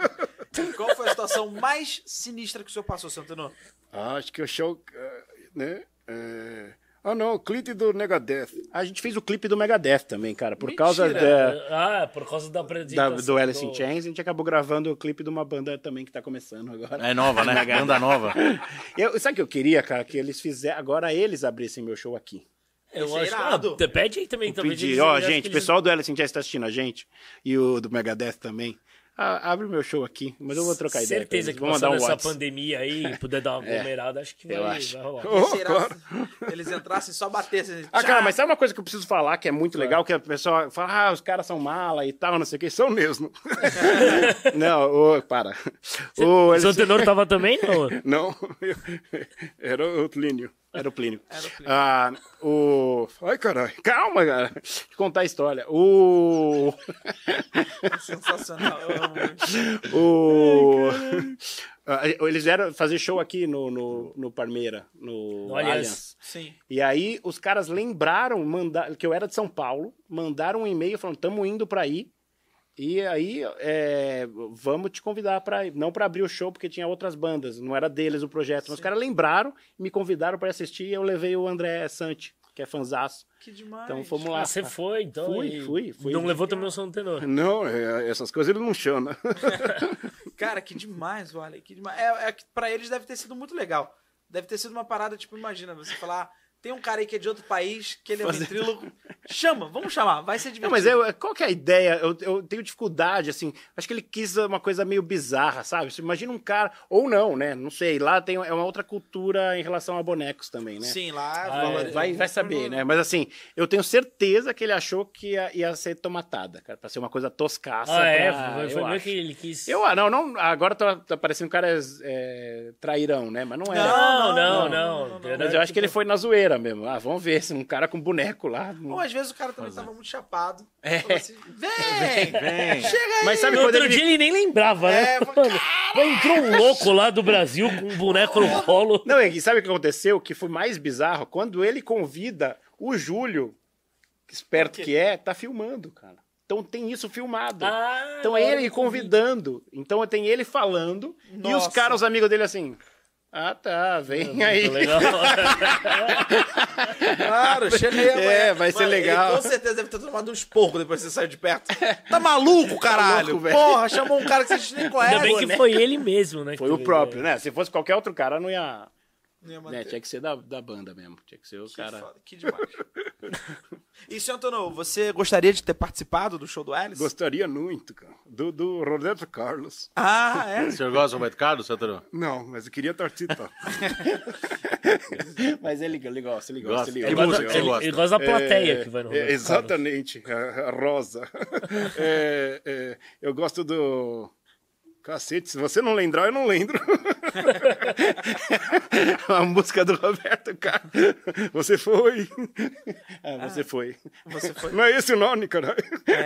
B: Qual foi a situação mais sinistra que o senhor passou, seu Antenor?
F: Ah, acho que eu achei o... eh, Né? Eh, Ah, não. O clipe do Negadeth.
D: A gente fez o clipe do Megadeth também, cara. Por causa é, da,
A: Ah, por causa da
D: da-
A: apresentação.
D: do Alice in Chains, a gente acabou gravando o clipe de uma banda também que tá começando agora.
C: É nova, né? Banda nova.
D: Eu, sabe o que eu queria, cara? Que eles fizeram. Agora eles abrissem meu show aqui.
A: Eu
B: Isso é
A: acho
B: irado.
A: que... Ah, pede aí também. talvez
D: Pedir.
A: eles-
D: Ó,
A: acho que
D: gente, o
A: eles-
D: pessoal do Alice in Chains tá assistindo a gente. E o do Megadeth também. Ah, abre o meu show aqui. Mas eu vou trocar ideia. com
A: Certeza
D: eles.
A: que
D: Vou mandar
A: passando
D: um
A: essa
D: WhatsApp. É.
A: pandemia aí, puder dar uma aglomerada, acho que vai,
D: eu acho.
A: vai rolar.
F: Oh,
B: Será
F: claro.
B: se eles entrassem e só assim, batessem.
D: Ah, cara, mas sabe uma coisa que eu preciso falar que é muito legal? Que a pessoa fala, ah, os caras são mala e tal, não sei o que. São mesmo. não, ô, para.
A: O
D: O,
A: seu
D: eles-
A: antenor tava também, não?
F: Não, eu- era o Plínio.
D: Era o Plínio.
B: Era o Plínio.
D: Ah, o... Ai, caralho. Calma, cara. Deixa eu contar a história. O...
B: Sensacional, eu amo muito.
D: o... Ah, Eles vieram fazer show aqui no, no, no Parmeira, no,
A: No Allianz.
D: Allianz.
B: Sim.
D: E aí os caras lembraram mandar, que eu era de São Paulo, mandaram um e-mail falando, estamos indo para aí. E aí, é, vamos te convidar para ir. Não para abrir o show, porque tinha outras bandas, não era deles o projeto. Mas os caras lembraram, me convidaram para assistir e eu levei o André Santi, que é fanzaço.
B: Que demais.
D: Então fomos lá.
A: Ah, você foi, então.
D: Fui,
A: e
D: fui, fui.
A: Não levou também o seu antenor.
F: Não, é, essas coisas ele não chama.
B: Cara, que demais, olha, que demais. É, é que pra eles deve ter sido muito legal. Deve ter sido uma parada, tipo, imagina, você falar, tem um cara aí que é de outro país, que ele é ventríloco, Chama, vamos chamar, vai ser divertido.
D: Não, mas eu, qual que é a ideia? Eu, eu tenho dificuldade, assim. Acho que ele quis uma coisa meio bizarra, sabe? Você imagina um cara. Ou não, né? Não sei. Lá tem, é uma outra cultura em relação a bonecos também, né?
B: Sim, lá...
D: Ah,
B: valor-
D: é, vai, vai saber, né? Mas assim, eu tenho certeza que ele achou que ia, ia ser tomatada, cara, pra ser uma coisa toscaça.
A: Ah, é,
D: pra-
A: foi,
D: eu
A: foi meio
D: acho.
A: que ele quis.
D: Eu, ah, não, não, agora tá, tá parecendo um cara é, trairão, né? Mas não é.
A: Não, é, tipo- não, não.
D: Mas eu acho que ele foi na zoeira mesmo. Ah, vamos ver se um cara com boneco lá.
B: Ou às vezes o cara também tava muito chapado.
D: É.
B: Falou assim, vem,
C: Vem.
B: chega aí.
D: Mas sabe
A: No
D: quando
A: outro
D: ele...
A: um dia ele nem lembrava, né?
B: É,
A: Mano, entrou um louco lá do Brasil com um boneco no colo.
D: Não, e sabe o que aconteceu? Que foi mais bizarro quando ele convida o Júlio, que esperto que é, tá filmando, cara. Então tem isso filmado.
A: Ah,
D: então é ele convidando. Então tem ele falando e os
B: Nossa.
D: caras, os amigos dele assim. Ah, tá, vem aí.
A: Muito legal. né?
B: Claro, chega aí amanhã.
D: É, vai ser
B: Mano,
D: legal.
B: Ele, com certeza deve ter tomado uns porcos depois que você saiu de perto. Tá maluco, caralho?
D: velho.
B: Porra, chamou um cara que vocês nem conhecem.
A: Ainda bem que foi ele mesmo, né?
D: Foi o próprio, né? Se fosse qualquer outro cara, não ia.
B: Ia manter.
D: Né? Tinha que ser da, da banda mesmo. Tinha que ser o
B: Que
D: cara.
B: foda, que demais. e, senhor Antonio, você gostaria de ter participado do show do Alice?
F: Gostaria muito, cara. Do, do Roberto Carlos.
B: Ah, é?
E: O senhor gosta do Roberto Carlos, Santoro?
F: Não, mas eu queria tá? participar.
D: Mas ele, ele gosta, ele
E: Gosta.
D: gosta, ele
E: Ele
D: gosta.
A: Ele gosta,
E: música você
A: ele-
E: gosta?
A: ele gosta É da plateia que vai no
F: É,
A: Roberto
F: Exatamente, a a Rosa. É, é, eu gosto do. Cacete, se você não lembrar, eu não lembro. a música do Roberto Carlos. Você foi. Ah, você foi.
B: Você foi.
F: Não é esse o nome, cara?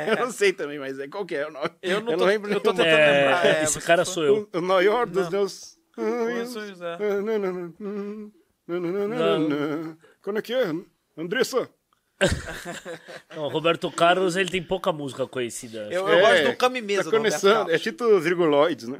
F: Eu não sei também, mas é qual que é o nome?
B: Eu não,
D: Eu
B: tô,
D: não lembro
B: eu tô
D: nenhum.
B: tentando
A: Carlos. É,
B: lembrar. É,
A: esse
B: você
A: cara
B: foi-
A: sou eu.
F: O maior dos meus.
B: Oi, sou o José.
F: Ah, não, não, não. Hum, não, não, não, não, não. Quando é que é? Andressa?
A: Não, o Roberto Carlos, ele tem pouca música conhecida.
B: Eu, eu
F: É,
B: gosto do Kami Mesa,
F: Tá
B: do Roberto
F: começando. É
D: tipo-
B: Carlos.
F: Tito Virguloides, né?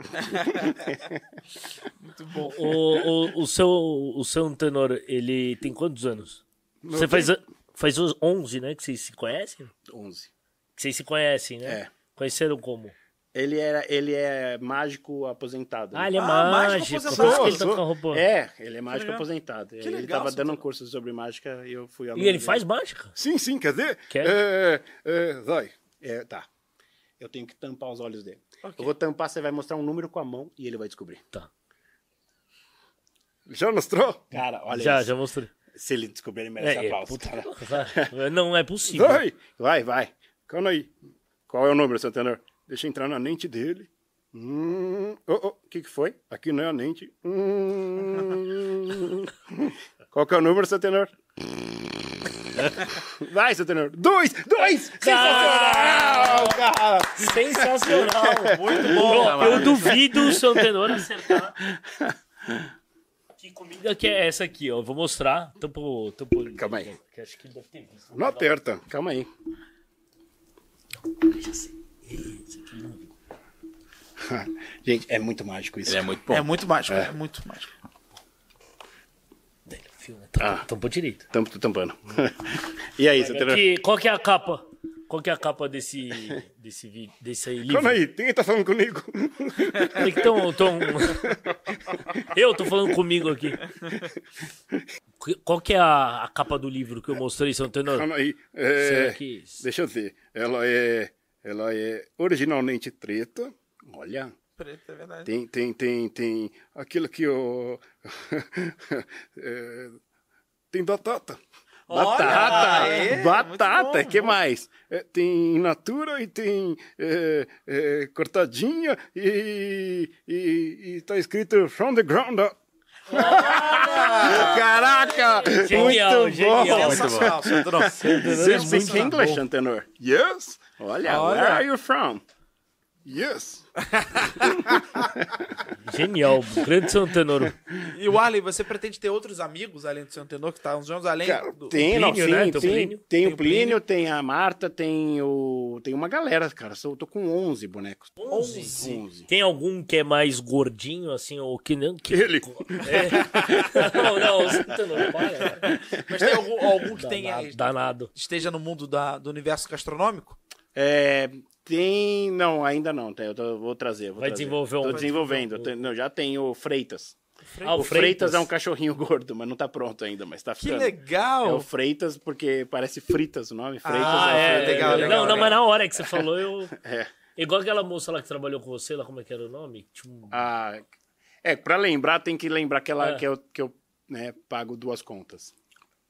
B: Muito bom.
A: O, o, o, seu, o seu Antenor, ele tem quantos anos? Você faz, an- faz uns 11, né? Que vocês se conhecem?
D: 11.
A: Que vocês se conhecem, né?
D: É.
A: Conheceram como?
D: Ele, era, ele é mágico aposentado. né?
A: Ah, ele é
B: Ah, mágico
A: mágico. Por isso que ele tá
F: aposentado.
A: com a roupa.
D: É, ele é mágico
B: legal.
D: aposentado. ele
B: legal,
D: tava
B: seu
D: dando um curso sobre mágica e eu fui aluno.
A: E ele
D: dele.
A: faz mágica?
F: Sim, sim, quer dizer?
A: Quer?
F: É, é, vai.
D: É, tá. Eu tenho que tampar os olhos dele. Eu vou tampar, você vai mostrar um número com a mão e ele vai descobrir.
A: Tá.
F: Já mostrou?
D: Cara, olha
A: já,
D: isso.
A: já mostrei.
D: Se ele descobrir, ele merece
A: É, é,
D: aplauso.
A: puta,
D: cara.
A: vai. não é possível.
F: Vai, vai, vai. Calma aí. Qual é o número, seu tenor? Deixa eu entrar na mente dele. Hum, o oh, que, que foi? Aqui não é a mente. Hum. Qual que é o número, seu tenor? Vai, seu tenor. Dois, dois!
A: Sensacional!
D: Ah,
F: Cara,
A: Sensacional!
B: Muito bom.
A: Ó, eu duvido o seu Antenor acertar. Que comida que é essa aqui, ó? Eu Vou mostrar. Tampa o- tampa o-
D: Calma aí.
A: Que acho que ele deve ter visto.
F: não aperta.
D: Calma aí. Gente, é muito mágico isso.
E: Ele é muito bom.
B: É muito mágico, é, muito mágico.
A: Dele, fio, né?
B: tá
F: Ah.
A: Tampa- Tampou direito.
D: Tampo, tô tampando. e aí, seu tenor?
A: Que- qual que é a capa? Qual que é a capa desse, desse, vi- desse livro?
F: Calma aí, quem tá falando comigo?
A: Tem que ter um- ter um- Eu tô falando comigo aqui. Que- Qual que é a, a capa do livro que eu mostrei, seu Antenor?
F: Calma aí.
A: Será
F: É,
A: que-
F: Deixa eu ver. Ela é, ela é originalmente treta. Olha,
B: Preto, é verdade.
F: Tem, tem, tem, tem aquilo que o. É, tem batata.
D: Batata!
B: aê, muito
D: batata!
B: bom,
D: que mais?
F: É, tem in natura e tem é, é, cortadinha e, e, e tá escrito from the ground up.
D: Caraca!
F: É,
A: Genial,
D: muito
A: genial.
D: bom!
B: Ah, Sensacional, seu Antonio.
D: Você speak English, Antenor?
F: Yes,
D: Olha,
B: Olha.
D: where are you from?
F: yes.
A: Genial, grande seu Antenor.
B: E o Ali, você pretende ter outros amigos além do seu Antenor, que tá uns anos além
D: Cara,
B: do...
D: tem, não,
A: Plínio,
D: sim,
A: né? Tem
D: tem,
A: o Plínio.
D: tem
B: Tem o
D: o Plínio, tem a Marta, tem o tem uma galera, cara. Só, eu tô com 11 bonecos. 11? 11.
A: Tem algum que é mais gordinho, assim, ou que não? Que...
F: Ele.
A: É. Não, não, seu Antenor, para. cara.
B: Mas tem algum, algum que tenha...
A: Danado. danado.
B: Esteja no mundo da, do universo gastronômico?
D: É, tem, não, ainda não, tem, eu tô- vou trazer, vou
A: Vai
D: trazer.
A: desenvolver um.
D: Tô desenvolvendo, eu tenho- não, já tenho o Freitas.
A: Ah,
D: O Freitas é um cachorrinho gordo, mas não tá pronto ainda, mas tá
B: Que
D: ficando. É o
B: legal!
D: Freitas, porque parece fritas o nome. Freitas
B: Ah,
A: Ah, é,
B: é, legal,
A: é,
B: legal,
A: não, não,
B: legal.
A: mas na hora que você falou, eu.
D: É.
A: Igual aquela moça lá que trabalhou com você, lá, como é que era o nome? Que tinha um-
D: Ah, é, pra lembrar, tem que lembrar que, ela,
A: É.
D: que eu, que eu né, pago duas contas.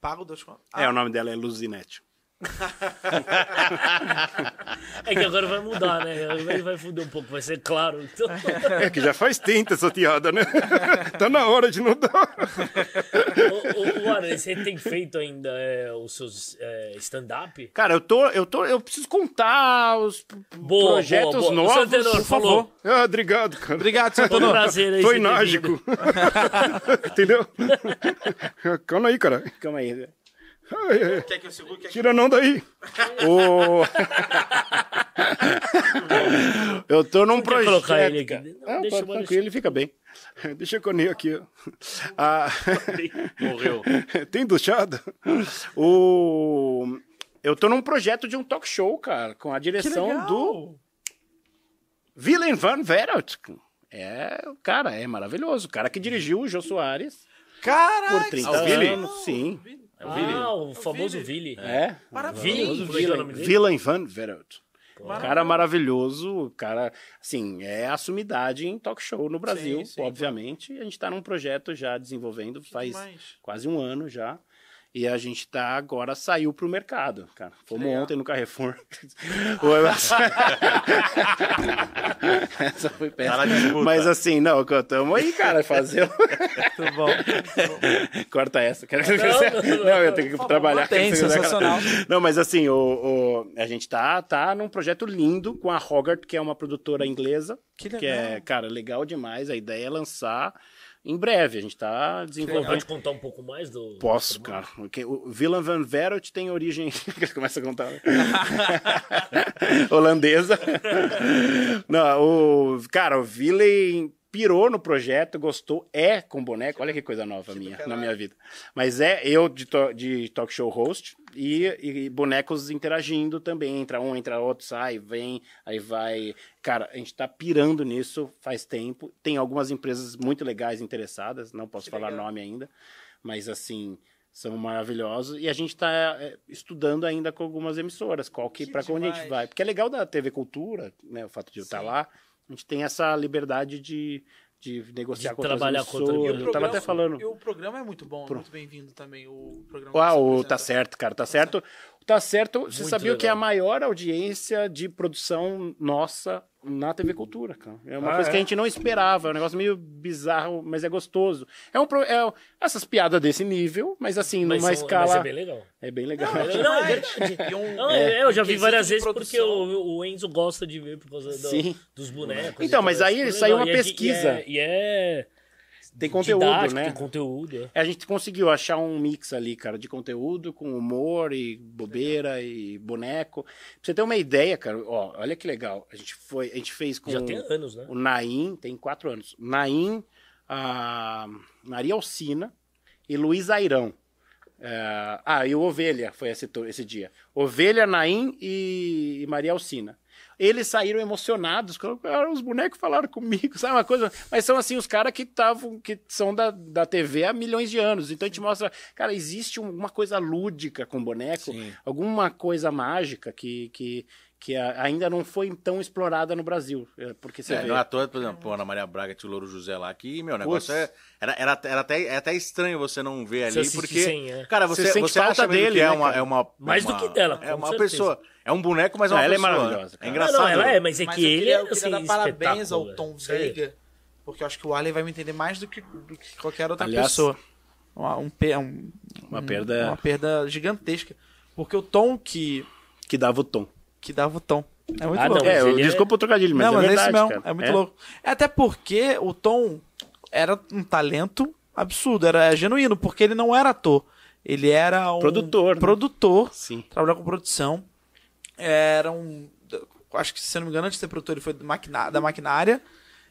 B: Pago dois contos. Ah,
D: É, o nome dela é Luzinete.
A: É que agora vai mudar, né? Vai, vai fuder um pouco, vai ser claro. Então...
F: É que já faz tempo essa piada, né? tá na hora de não dar.
A: o, o, Warren, você tem feito ainda é, os seus é, stand-up?
D: Cara, eu tô, eu tô, eu preciso contar os p- p-
A: Boa,
D: projetos
A: boa, boa. O
D: novos.
A: Santenor
D: por favor.
A: falou.
F: Ah, obrigado, cara.
B: Obrigado,
A: Foi um
B: Santanor.
A: prazer aí.
F: Tô
A: você ter
F: inágico.
A: vindo.
F: Entendeu? Calma aí, cara.
D: Calma aí.
F: Ai, ai, ai. Tira não daí.
D: O- eu tô num
A: Quer
D: projeto.
A: colocar ele aqui?
D: cara.
A: Não,
D: Não,
A: deixa
D: pode,
A: eu
D: tranquilo,
A: deixa.
D: ele fica bem.
F: Deixa eu conir aqui. ó. Ah,
A: Morreu.
F: tem duchada?
D: O... Eu tô num projeto de um talk show, cara, com a direção do Willem van Verhout. É, o cara, é maravilhoso. O cara que dirigiu o Jô Soares
B: Caraca!
D: por 30
B: isso é
D: anos.
B: legal.
D: Sim.
A: Ah, o famoso Vili.
D: É.
A: Vili?
B: Maravilhoso.
A: Como é que é o nome dele?
D: Willem van Verhout. Um cara maravilhoso, o cara, assim, é assumidade em talk show no Brasil,
B: Sim, sim,
D: obviamente. A gente está num projeto já desenvolvendo faz
B: demais.
D: quase um ano já. E a gente tá agora, saiu pro mercado, cara. Fomos ontem no Carrefour. Essa foi péssima. Mas assim, não, estamos aí, cara, fazer. um-
B: Muito bom.
D: Corta essa. Quero...
A: Não, não, não.
D: Não, eu tenho que trabalhar.
B: mantém, sensacional.
D: Não, mas assim, o, o- a gente tá, tá num projeto lindo com a Hogarth, que é uma produtora inglesa.
B: Que legal.
D: é, cara, legal demais. A ideia é lançar em breve. A gente tá desenvolvendo.
A: Pode contar um pouco mais do.
D: Posso, cara. Porque o Villan Van Verot tem origem. Começa a contar. Holandesa. Não, o. Cara, o Villan pirou no projeto, gostou, é com boneco. Olha que coisa nova minha, na minha vida. Mas é eu de, to- de talk show host e, e bonecos interagindo também. Entra um, entra outro, sai, vem, aí vai. Cara, a gente tá pirando nisso faz tempo. Tem algumas empresas muito legais interessadas, não posso falar nome ainda mas assim são maravilhosos e a gente está estudando ainda com algumas emissoras qual que,
B: Que
D: para onde a gente
B: demais.
D: vai porque é legal da TV Cultura né o fato de eu estar lá a gente tem essa liberdade de, de negociar
A: De
D: com outras
A: trabalhar com outra
D: emissoras.
A: empresa.
D: eu tava até falando
B: E o programa é muito bom, é muito bem-vindo também. O programa que
D: ah,
B: você
D: o
B: apresenta.
D: tá certo cara tá certo tá certo você
A: Muito
D: sabia que é a
A: legal.
D: maior audiência de produção nossa na TV Cultura, cara. É uma
F: Ah,
D: coisa
F: é?
D: que a gente não esperava, é um negócio meio bizarro, mas é gostoso. É um pro- é- essas piadas desse nível, mas assim,
A: Mas,
D: numa
A: são-
D: escala
A: mas é bem legal.
D: é bem legal.
B: Não,
A: Não, é
B: demais.
A: verdade.
B: E um-
A: Não, é, eu já vi
B: quesito
A: várias
B: de
A: vezes porque
B: produção.
A: o, o Enzo gosta de ver por causa do-
D: Sim.
A: dos bonecos.
D: Então,
A: e
D: mas
A: tudo, é
D: aí
A: super
D: saiu
A: legal.
D: uma
A: E é-
D: pesquisa.
A: E é,
D: Tem
A: e é
D: conteúdo,
A: didático,
D: né?
A: Tem conteúdo. é.
D: A gente conseguiu achar um mix ali, cara, de conteúdo com humor e bobeira e boneco. Pra você ter uma ideia, cara, ó, olha que legal. A gente foi, a gente fez com
A: Já tem anos, né?
D: o Naim, tem quatro anos. Naim, a Maria Alcina e Luiz Airão. É, ah, e o Ovelha foi esse, to- esse dia. Ovelha, Naim e, e Maria Alcina. Eles saíram emocionados. quando- ah, Os bonecos falaram comigo, sabe uma coisa? Mas são assim, os caras que estavam, que são da, da TV há milhões de anos. Então a gente mostra, cara, existe um, uma coisa lúdica com boneco, alguma coisa mágica que, que, que a- ainda não foi tão explorada no Brasil. É, Porque você
E: É,
D: vê.
E: não é à toa, por exemplo, Ana Maria Braga tinha o Louro José lá, que, meu, o negócio
D: Putz.
E: é, era, era, era até, é até estranho você não ver
A: Você
E: ali,
A: assiste
E: porque,
A: sem, é.
E: cara,
D: Você
E: você, você,
D: sente falta
E: acha mesmo
D: dele,
E: que é
D: né,
E: uma,
D: cara?
E: é uma...
A: Mais
E: uma-
A: do que dela,
E: É
A: com
E: uma
A: certeza.
E: pessoa, é um boneco, mas é uma
D: Ela é
E: pessoa.
D: maravilhosa, cara.
E: É engraçado.
A: Não, não, ela é, mas é
B: Mas
A: que
B: eu
A: ele
B: queria,
A: é,
B: eu queria
A: assim,
B: dar parabéns ao
A: espetáculo, é.
B: Tom
A: velho. Sério.
B: Veiga, porque eu acho que o Alien vai me entender mais do que, do que qualquer outra
D: Aliás,
B: pessoa. Uma, um pe- um-
D: Uma
B: um-
D: perda-
B: uma perda gigantesca. Porque o Tom que,
D: que dava o tom.
B: que dava o Tom. É muito
A: Ah,
B: louco.
A: não,
D: É, eu,
A: ele é-
D: desculpa o trocadilho, mas
B: não,
D: é
B: mas
D: verdade,
B: é isso mesmo.
D: cara.
B: É muito louco. Até porque o Tom era um talento absurdo, era genuíno, porque ele não era ator. Ele era um.
D: Produtor, né?
B: Produtor.
D: Sim.
B: Trabalhava com produção. Era um. Acho que, se eu não me engano, antes de ser produtor, ele foi do maquina- da maquinária.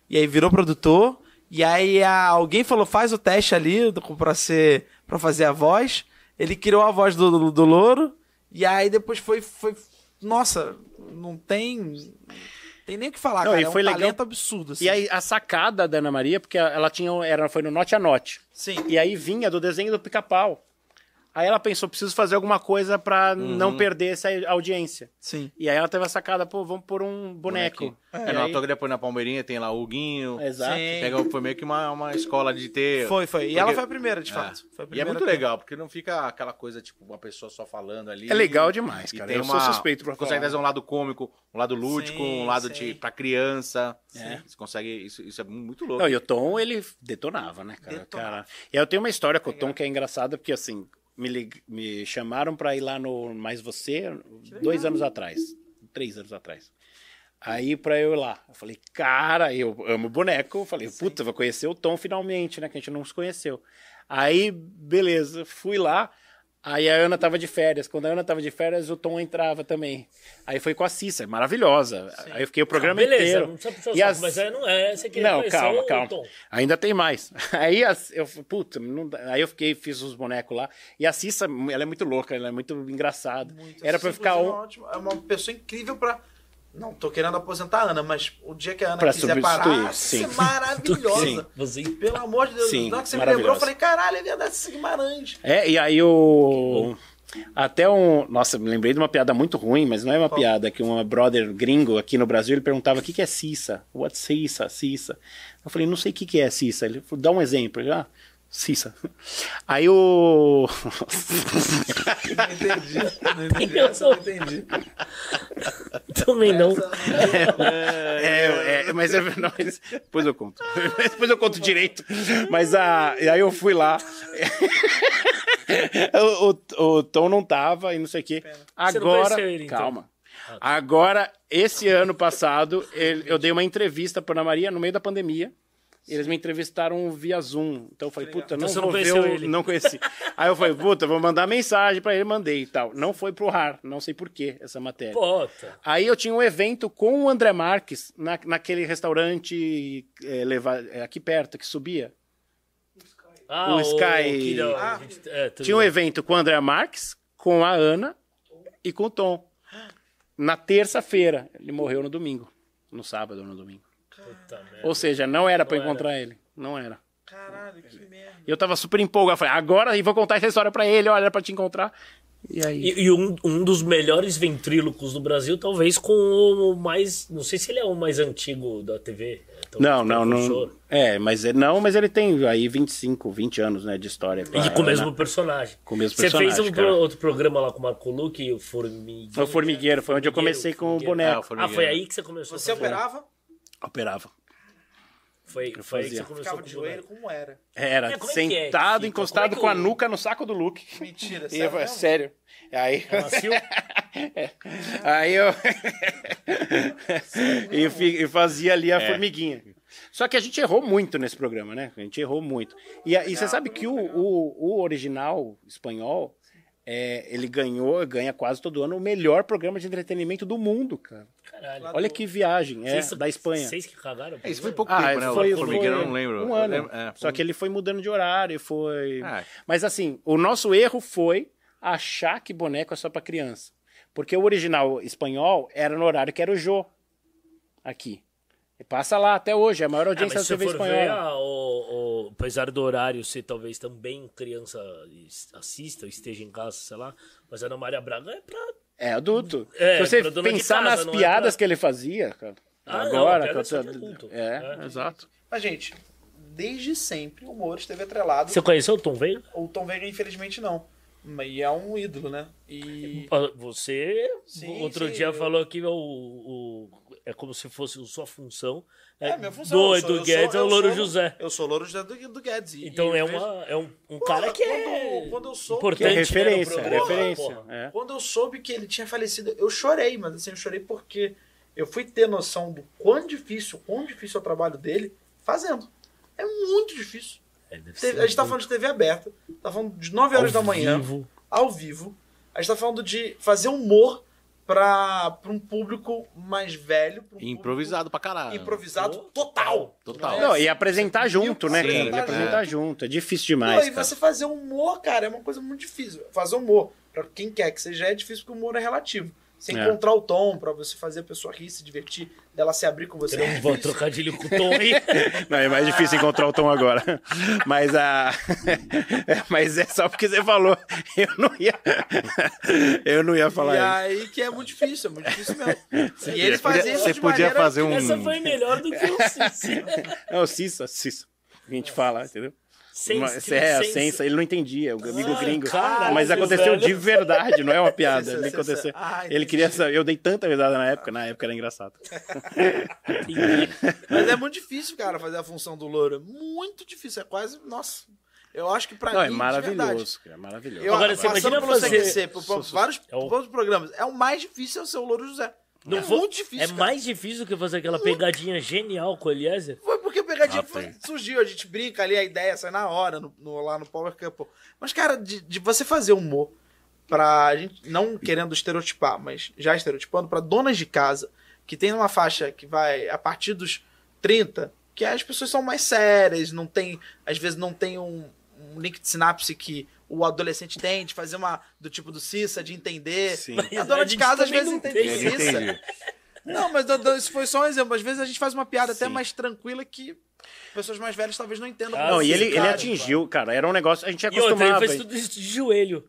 B: E aí virou produtor. E aí a- alguém falou: faz o teste ali do- pra, ser, pra fazer a voz. Ele criou a voz do, do, do louro. E aí depois foi. foi nossa, não tem. Tem nem o que falar,
D: Não,
B: cara.
D: e
B: é um
D: foi legal.
B: talento absurdo, assim.
D: E aí a sacada da Ana Maria, porque ela tinha, era, foi no Note a Note.
B: Sim.
D: E aí vinha do desenho do pica-pau. Aí ela pensou, preciso fazer alguma coisa pra não perder essa audiência.
B: Sim.
D: E aí ela teve a sacada, pô, vamos pôr um boneco.
E: É, na autografia, depois na Palmeirinha tem lá o Huguinho.
D: Exato.
B: Sim.
E: Pega, foi meio que uma, uma escola de ter.
B: Foi, foi. E
E: Porque-
B: ela foi a primeira, de
E: É.
B: fato. Foi a
E: E é
B: primeira
E: muito
B: que-
E: legal, porque não fica aquela coisa, tipo, uma pessoa só falando ali.
F: É legal demais,
E: E
F: cara.
E: tem
F: Eu
E: uma,
F: sou suspeito pra
E: Consegue
F: falar.
E: trazer um lado cômico, um lado lúdico,
B: Sim,
E: um lado
B: sim.
E: de, pra criança.
D: É.
E: Você consegue. Isso, isso é muito louco.
D: Não, e o Tom, ele detonava, né, cara?
B: Detonava.
D: cara. E eu tenho uma história com o Tom que é engraçada, porque assim, me, lig- me chamaram pra ir lá no Mais Você dois anos atrás, três anos atrás. Aí pra eu ir lá, eu falei, cara, eu amo boneco. Eu falei, puta, vou conhecer o Tom finalmente, né? Que a gente não se conheceu. Aí, beleza, fui lá. Aí a Ana tava de férias. Quando a Ana tava de férias, o Tom entrava também. Aí foi com a Cissa, maravilhosa. Aí eu fiquei o programa
A: Beleza,
D: inteiro.
A: não precisa puxar o
D: E
A: saco,
D: as-
A: mas aí não é. Você queria
D: não,
A: conhecer
D: calma,
A: o
D: calma.
A: Tom.
D: Ainda tem mais. Aí as- eu, puta, não dá. aí eu fiquei, fiz os bonecos lá. E a Cissa, ela é muito louca, ela é muito engraçada.
B: Muito.
D: Era pra eu
B: Sim,
D: ficar
B: inclusive,
D: um.
B: É uma, ótima- é uma pessoa incrível pra. Não, tô querendo aposentar a Ana, mas o dia que a Ana
D: Pra
B: quiser
D: substituir,
B: parar,
D: sim.
B: você é maravilhosa.
D: Sim.
A: Você
B: Pelo amor de Deus,
D: Sim,
B: na hora que você me
D: maravilhosa.
B: lembrou, eu falei, caralho, é verdade, esse Guimarães.
D: É, e aí o. Até um. Nossa, me lembrei de uma piada muito ruim, mas não é uma piada, que um brother gringo aqui no Brasil ele perguntava: o que, que é Cissa? What Cissa? Cissa. Eu falei, não sei o que, que é Cissa. Ele falou, dá um exemplo. Ele, ah, Cissa. Aí o.
B: Não entendi. Não entendi.
A: Eu sou-
B: Não entendi.
A: também não.
D: É, é, mas é verdade. Depois eu conto. Depois eu conto direito. Mas a, e aí eu fui lá. o, o- o Tom não tava e não sei o quê.
A: Você não
D: Agora.
A: conheceu ele, então?
D: Calma. Agora, esse ano passado, ele- eu dei uma entrevista pra Ana Maria no meio da pandemia. Eles me entrevistaram via Zoom. Então eu falei, puta,
A: Então
D: não
A: você não
D: vou ver
A: conheceu
D: o-
A: ele.
D: Não conheci. Aí eu falei, puta, vou mandar mensagem pra ele, mandei e tal. Não foi pro ar, não sei por que essa matéria.
A: Bota.
D: Aí eu tinha um evento com o André Marques na, naquele restaurante é, leva- é, aqui perto que subia.
A: Ah,
D: O Sky-
A: que da-
B: Ah.
A: gente- é, tudo
D: Tinha um
A: bem.
D: evento com o André Marques, com a Ana e com o Tom. Na terça-feira. Ele morreu no domingo. No sábado ou no domingo.
A: Puta merda.
D: Ou seja, não era pra
A: É. Não era.
D: encontrar ele. Não era.
B: Caralho, que merda.
D: E eu tava super empolgado. Falei, agora eu vou contar essa história pra ele. Olha, era pra te encontrar. E aí?
A: E, e um, um dos melhores ventrílocos do Brasil, talvez com o mais. Não sei se ele é o mais antigo da TV. é, talvez pelo
D: Não, não, não.
A: professor.
D: É, mas ele- não, mas ele tem aí 25, 20 anos, né, de história.
A: E
D: pra
A: com o mesmo
D: Ana.
A: personagem.
D: Com o mesmo
A: Você fez
D: personagem,
A: um pro-
D: cara.
A: outro programa lá com o Marco Luque, o Formigueiro.
D: O Formigueiro, foi onde eu comecei com o
A: Formigueiro.
D: boneco.
E: Ah, o
A: Ah, foi aí que você começou.
B: Você é
A: a fazer.
B: operava,
D: Operava.
A: Foi, foi aí que você
D: fazia.
A: começou
B: ficava
A: com o
B: de joelho,
A: boneco.
B: como era.
D: Era,
A: É, como é que é que
D: sentado,
A: fica?
D: encostado
A: Como é que
D: com a
A: o-
D: nuca no saco do Luke.
B: Mentira,
D: E eu,
B: sério. mesmo?
D: sério. Aí,
A: Macio?
D: É. aí eu. e, fi- e fazia ali a formiguinha. Só que a gente errou muito nesse programa, né? A gente errou muito. E, a- e você sabe que o, o, o original espanhol, é, ele ganhou, ganha quase todo ano o melhor programa de entretenimento do mundo, cara.
A: Caralho.
D: Olha que viagem, é,
A: Vocês-
D: da Espanha.
A: Vocês que cagaram? Hum.
E: É, isso foi pouco
D: Ah,
E: tempo, né?
D: foi,
E: o Formigueiro
D: foi
E: eu não lembro.
D: Um
E: Eu
D: ano.
E: lembro- é,
D: Só que ele foi mudando de horário, foi.
E: Ah.
D: Mas assim, o nosso erro foi achar que boneco é só pra criança. Porque o original espanhol era no horário que era o Jô. Aqui. E passa lá até hoje, é a maior
A: Ah, mas
D: audiência
A: se
D: da TV
A: for ver,
D: espanhola.
A: ah, o, o- apesar do horário ser talvez também criança es- assista ou esteja em casa, sei lá, mas a Ana Maria Braga é pra...
D: É adulto.
A: É,
D: Se
A: pra
D: você
A: dona de
D: pensar
A: casa,
D: nas
A: não é
D: piadas
A: pra-
D: que ele fazia, cara.
A: Ah, não,
D: agora,
A: a piada é
D: que eu
A: só de adulto.
D: é,
A: É.
D: exato.
B: Mas, gente, desde sempre o Moro esteve atrelado.
A: Você conheceu o Tom Veiga?
B: O Tom Veiga, infelizmente, não. E é um ídolo, né? E.
A: Ah, Você,
B: Sim,
A: outro
B: sim,
A: dia,
B: eu-
A: falou que o, o- é como se fosse sua função. É,
B: É, minha função.
A: Do,
B: eu sou-
A: do
B: eu
A: Guedes
B: sou-
A: é o
B: eu
A: Louro
B: sou-
A: José.
B: Eu sou Louro José do, do Guedes. e-
A: Então
B: e
A: é,
B: eu vejo-
A: uma, é um, um
B: Porra,
A: cara que é
B: quando- quando eu sou-
A: importante
D: Que é
A: né, no
D: referência,
A: programa,
D: referência.
A: porra.
D: É.
B: Quando eu soube que ele tinha falecido, eu chorei, mas assim, eu chorei porque eu fui ter noção do quão difícil, quão difícil é o trabalho dele fazendo. É muito difícil.
A: É, deve
B: Te-
A: ser
B: a gente tá
A: muito
B: falando de TV aberta, tá falando de 9 horas
A: ao
B: da manhã,
A: vivo.
B: ao vivo. A gente tá falando de fazer humor pra, pra um público mais velho. pra um público
E: Improvisado pra caralho.
B: improvisado total.
E: Total.
D: Não, e apresentar junto, né,
B: Sim,
D: cara? E
B: é.
D: apresentar junto. É difícil
B: Não,
D: demais.
B: e
D: cara.
B: você fazer humor, cara, é uma coisa muito difícil. Fazer humor, pra quem quer que seja, é difícil porque o humor é relativo. Você
D: É.
B: encontrar o tom pra você fazer a pessoa rir, se divertir, dela se abrir com você. é
A: Não É, vou trocar de com o Tom, hein?
D: Não, é mais difícil encontrar o tom agora. Mas a. é, Mas é só porque você falou. Eu não ia. Eu não ia
B: E
D: falar
B: aí que é muito difícil, é muito difícil mesmo. e
G: podia-
B: eles faziam isso
G: você
B: de
G: podia
B: maneira-
G: fazer um.
A: Essa foi melhor do que o Sense.
D: isso. Não, É Cissa, Cissa. A
A: É
D: gente fala, entendeu?
A: Sense,
D: Mas,
A: tipo,
D: é,
A: sense.
D: sensa, ele não entendia, o amigo
A: Ah,
D: gringo.
A: caralho,
D: mas aconteceu
A: velho.
D: de verdade, não é uma piada.
B: Sensa,
D: ele
B: sensa.
D: aconteceu.
B: Ah,
D: ele
B: entendi.
D: queria saber. Eu dei tanta risada na época, na época era engraçado.
A: Tá
B: Mas é muito difícil, cara, fazer a função do louro. É Muito difícil, é quase. Nossa, eu acho que pra
D: Não,
B: mim.
D: é
B: de verdade,
D: maravilhoso, cara, é maravilhoso.
B: Eu,
A: Agora,
B: Agora,
A: você
B: você
A: imagina
B: passando pelo
A: fazer-
B: CQC, por, por vários,
A: É o-
B: vários programas, é o mais difícil é o seu Louro José.
A: Não
B: é
A: foi-
B: muito difícil.
A: É
B: cara.
A: mais difícil do que fazer aquela pegadinha genial com o Eliezer.
B: Foi porque a pegadinha foi- surgiu, a gente brinca ali, a ideia sai na hora, no- no- lá no Power Couple. Mas, cara, de, de você fazer humor pra gente, não querendo estereotipar, mas já estereotipando, pra donas de casa, que tem uma faixa que vai a partir dos 30, que as pessoas são mais sérias, não tem, às vezes não tem um, um link de sinapse que o adolescente tem, de fazer uma do tipo do Cissa, de entender.
D: Sim.
B: A dona de casa às vezes
A: Também não
B: entende
A: tem.
B: Cissa. Não, mas Dodô, isso foi só um exemplo. Às vezes a gente faz uma piada até mais tranquila que pessoas mais velhas talvez não entendam.
A: Ah,
D: Não,
A: sim,
D: e ele, ele
A: claro,
D: atingiu, cara. Era um negócio. A gente
A: E outra, ele
D: acostumava.
A: fez tudo isso de joelho.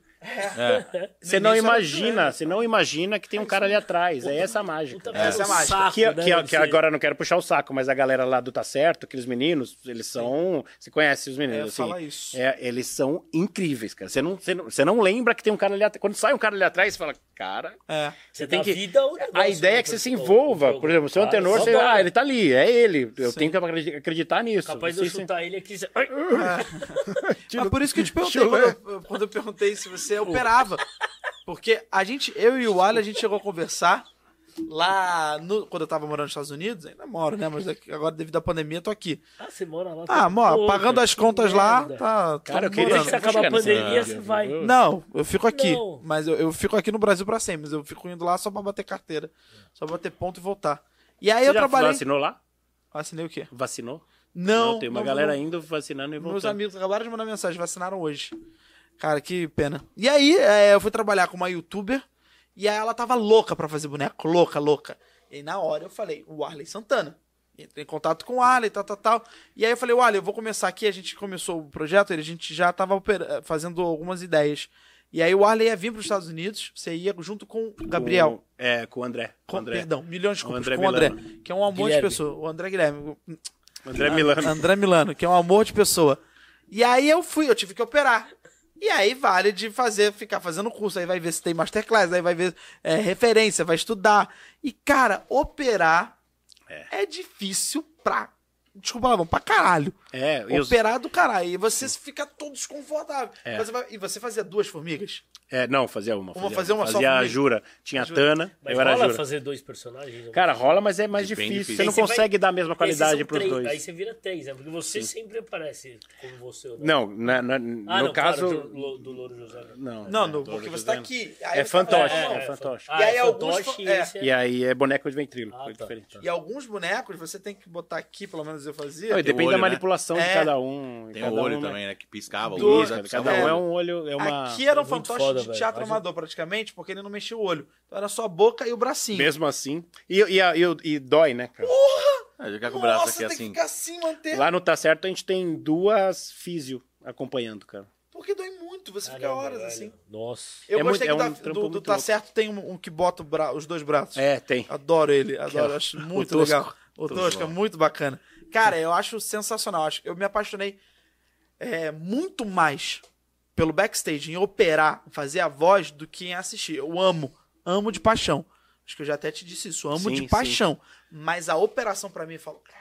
D: Você não imagina, você não imagina que tem um cara ali atrás. É essa a mágica.
A: Puta,
B: Essa é a
A: um
B: mágica.
A: saco,
D: Que,
A: né,
D: que-
A: deve
D: que
A: ser.
D: agora eu não quero puxar o saco, mas a galera lá do Tá Certo, aqueles meninos, eles são. Você conhece os meninos,
B: É,
D: assim.
B: fala isso.
D: é, eles são incríveis, cara. Você não, você, não, você não lembra que tem um cara ali atrás. Quando sai um cara ali atrás, você fala, cara.
B: É.
D: Você
A: Dá
D: tem que.
A: vida ao negócio,
D: a ideia
A: né,
D: é que você
A: pro-
D: se
A: pro-
D: envolva.
A: pro-
D: Por exemplo, você é um
A: Claro,
D: tenor, você.
A: vambora.
D: Ah, ele tá ali, é ele. Eu tenho que acredi- acreditar nisso.
A: Capaz de eu
D: Sim, sim.
A: chutar ele aqui.
D: Tipo,
B: Mas Ah, por isso que eu te perguntei, quando eu, eu- quando eu perguntei se você operava. Porque a gente, eu e o Ali, a gente chegou a conversar lá no- quando eu tava morando nos Estados Unidos, ainda moro, né? Mas daqui- agora, devido à pandemia, eu tô aqui.
A: Ah, você mora lá. tá
B: Ah, mora,
A: louco,
B: pagando as
A: que
B: contas lá,
A: merda.
B: tá. tá
D: Cara, eu queria
B: morando.
A: Depois que acabar a
D: Vamos chegar
A: pandemia, você vai.
B: Não, eu fico aqui.
A: Não.
B: Mas eu, eu fico aqui no Brasil pra sempre. Mas eu fico indo lá só pra bater carteira. Só pra bater ponto e voltar. E aí
D: Você
B: eu
D: já
B: trabalhei.
D: vacinou lá?
B: Assinei o quê?
D: Vacinou?
B: Não.
D: tem uma
B: não,
D: galera
B: não.
D: ainda vacinando e voltando.
B: Meus amigos acabaram de mandar mensagem, vacinaram hoje. Cara, que pena. E aí, é, eu fui trabalhar com uma youtuber. E aí ela tava louca pra fazer boneco. Louca, louca. E aí, na hora eu falei, o Arley Santana. Entrei em contato com o Arley, tal, tal, tal. E aí eu falei, o Arley, eu vou começar aqui. A gente começou o projeto, a gente já tava opera- fazendo algumas ideias. E aí o Arley ia vir pros Estados Unidos, você ia junto com o Gabriel.
D: Com- é, com o André. Com
B: Com,
D: o André.
B: Perdão, milhões de
D: O
B: desculpas,
D: André
B: com o André,
D: Milano.
B: que é um amor de
A: Guilherme.
B: pessoa. O André Guilherme.
D: André Milano.
B: André Milano, que é um amor de pessoa. E aí eu fui, eu tive que operar. E aí vale de fazer, ficar fazendo curso, aí vai ver se tem masterclass, aí vai ver é, referência, vai estudar. E, cara, operar é, difícil pra. Desculpa, Lavão, pra caralho.
D: É, e os-
B: Operar do caralho. E você fica todo desconfortável.
D: É.
B: Você vai- e você fazia duas formigas?
D: é, não, fazia uma.
B: Uma, fazia uma só
D: Fazia a
B: comigo.
D: Jura. Tinha a
B: Jura.
D: Tana,
A: Mas
D: eu era a
A: rola
D: Jura.
A: fazer um- dois personagens?
D: Cara, rola, mas é mais
E: Bem
D: difícil.
E: difícil.
D: Você não
A: Aí você
D: consegue dar a mesma
A: Esses
D: qualidade
A: são
D: pros
A: três,
D: dois.
A: Aí você vira três, né? Porque você sempre aparece como você. Né?
D: Não, na- na-
A: Ah,
D: no
A: não,
D: caso.
A: claro, do, Lo- do Louro José. né?
D: Não,
B: Não,
D: né,
B: no,
D: tô
B: porque você tá
D: dizendo.
B: aqui. Aí
D: É
B: você fala,
D: fantoche,
B: "Não,
D: é fantoche.
A: Ah,
B: E aí
A: é
B: alguns
A: fantoche e
B: fa- é.
A: esse é-
D: E aí é boneco de ventrilo.
A: Ah,
D: é
A: tá,
D: diferente.
A: tá.
B: E alguns bonecos você tem que botar aqui, pelo menos eu fazia.
D: Não, e depende
E: olho,
D: da
E: né?
D: manipulação de
B: É.
D: cada um.
E: Tem
D: cada
E: o olho
D: um, né?
E: também, né? Que piscava o
B: Do-
E: olho.
D: Cada,
E: piscava
D: cada um
E: o
D: é
E: olho.
D: um olho, é uma.
B: Aqui era um
A: É muito
B: fantoche
A: foda,
B: de
A: velho.
B: teatro
A: Mas
B: amador, praticamente, porque ele não mexia o olho. Então era só a boca e o bracinho.
D: Mesmo assim. E, e, a- e, o- e dói, né, cara?
E: Ah, já fica com o braço
B: Nossa,
E: aqui
B: tem que
E: assim.
B: ficar assim, manter.
D: Lá no Tá Certo a gente tem duas físio acompanhando, cara.
B: Porque dói muito, você fica
A: Caramba,
B: horas
A: É, velho.
B: assim.
A: Nossa.
B: Eu
D: É muito-
B: gostei
D: é
B: que
D: um
B: da-
D: trampo
B: do, do
D: muito
B: Tá
D: louco.
B: Certo tem um, um que bota o bra- os dois braços.
D: É, tem.
B: Adoro ele, adoro,
D: Aquela-
B: acho muito
D: Tosco.
B: legal. O Tosco é muito bacana. Cara, eu acho sensacional. Acho, eu me apaixonei é, muito mais pelo backstage, em operar, fazer a voz, do que em assistir. Eu amo, amo de paixão. Acho que eu já até te disse isso, amo
D: Sim,
B: de
D: sim.
B: paixão. Mas a operação pra mim, eu falo, caralho,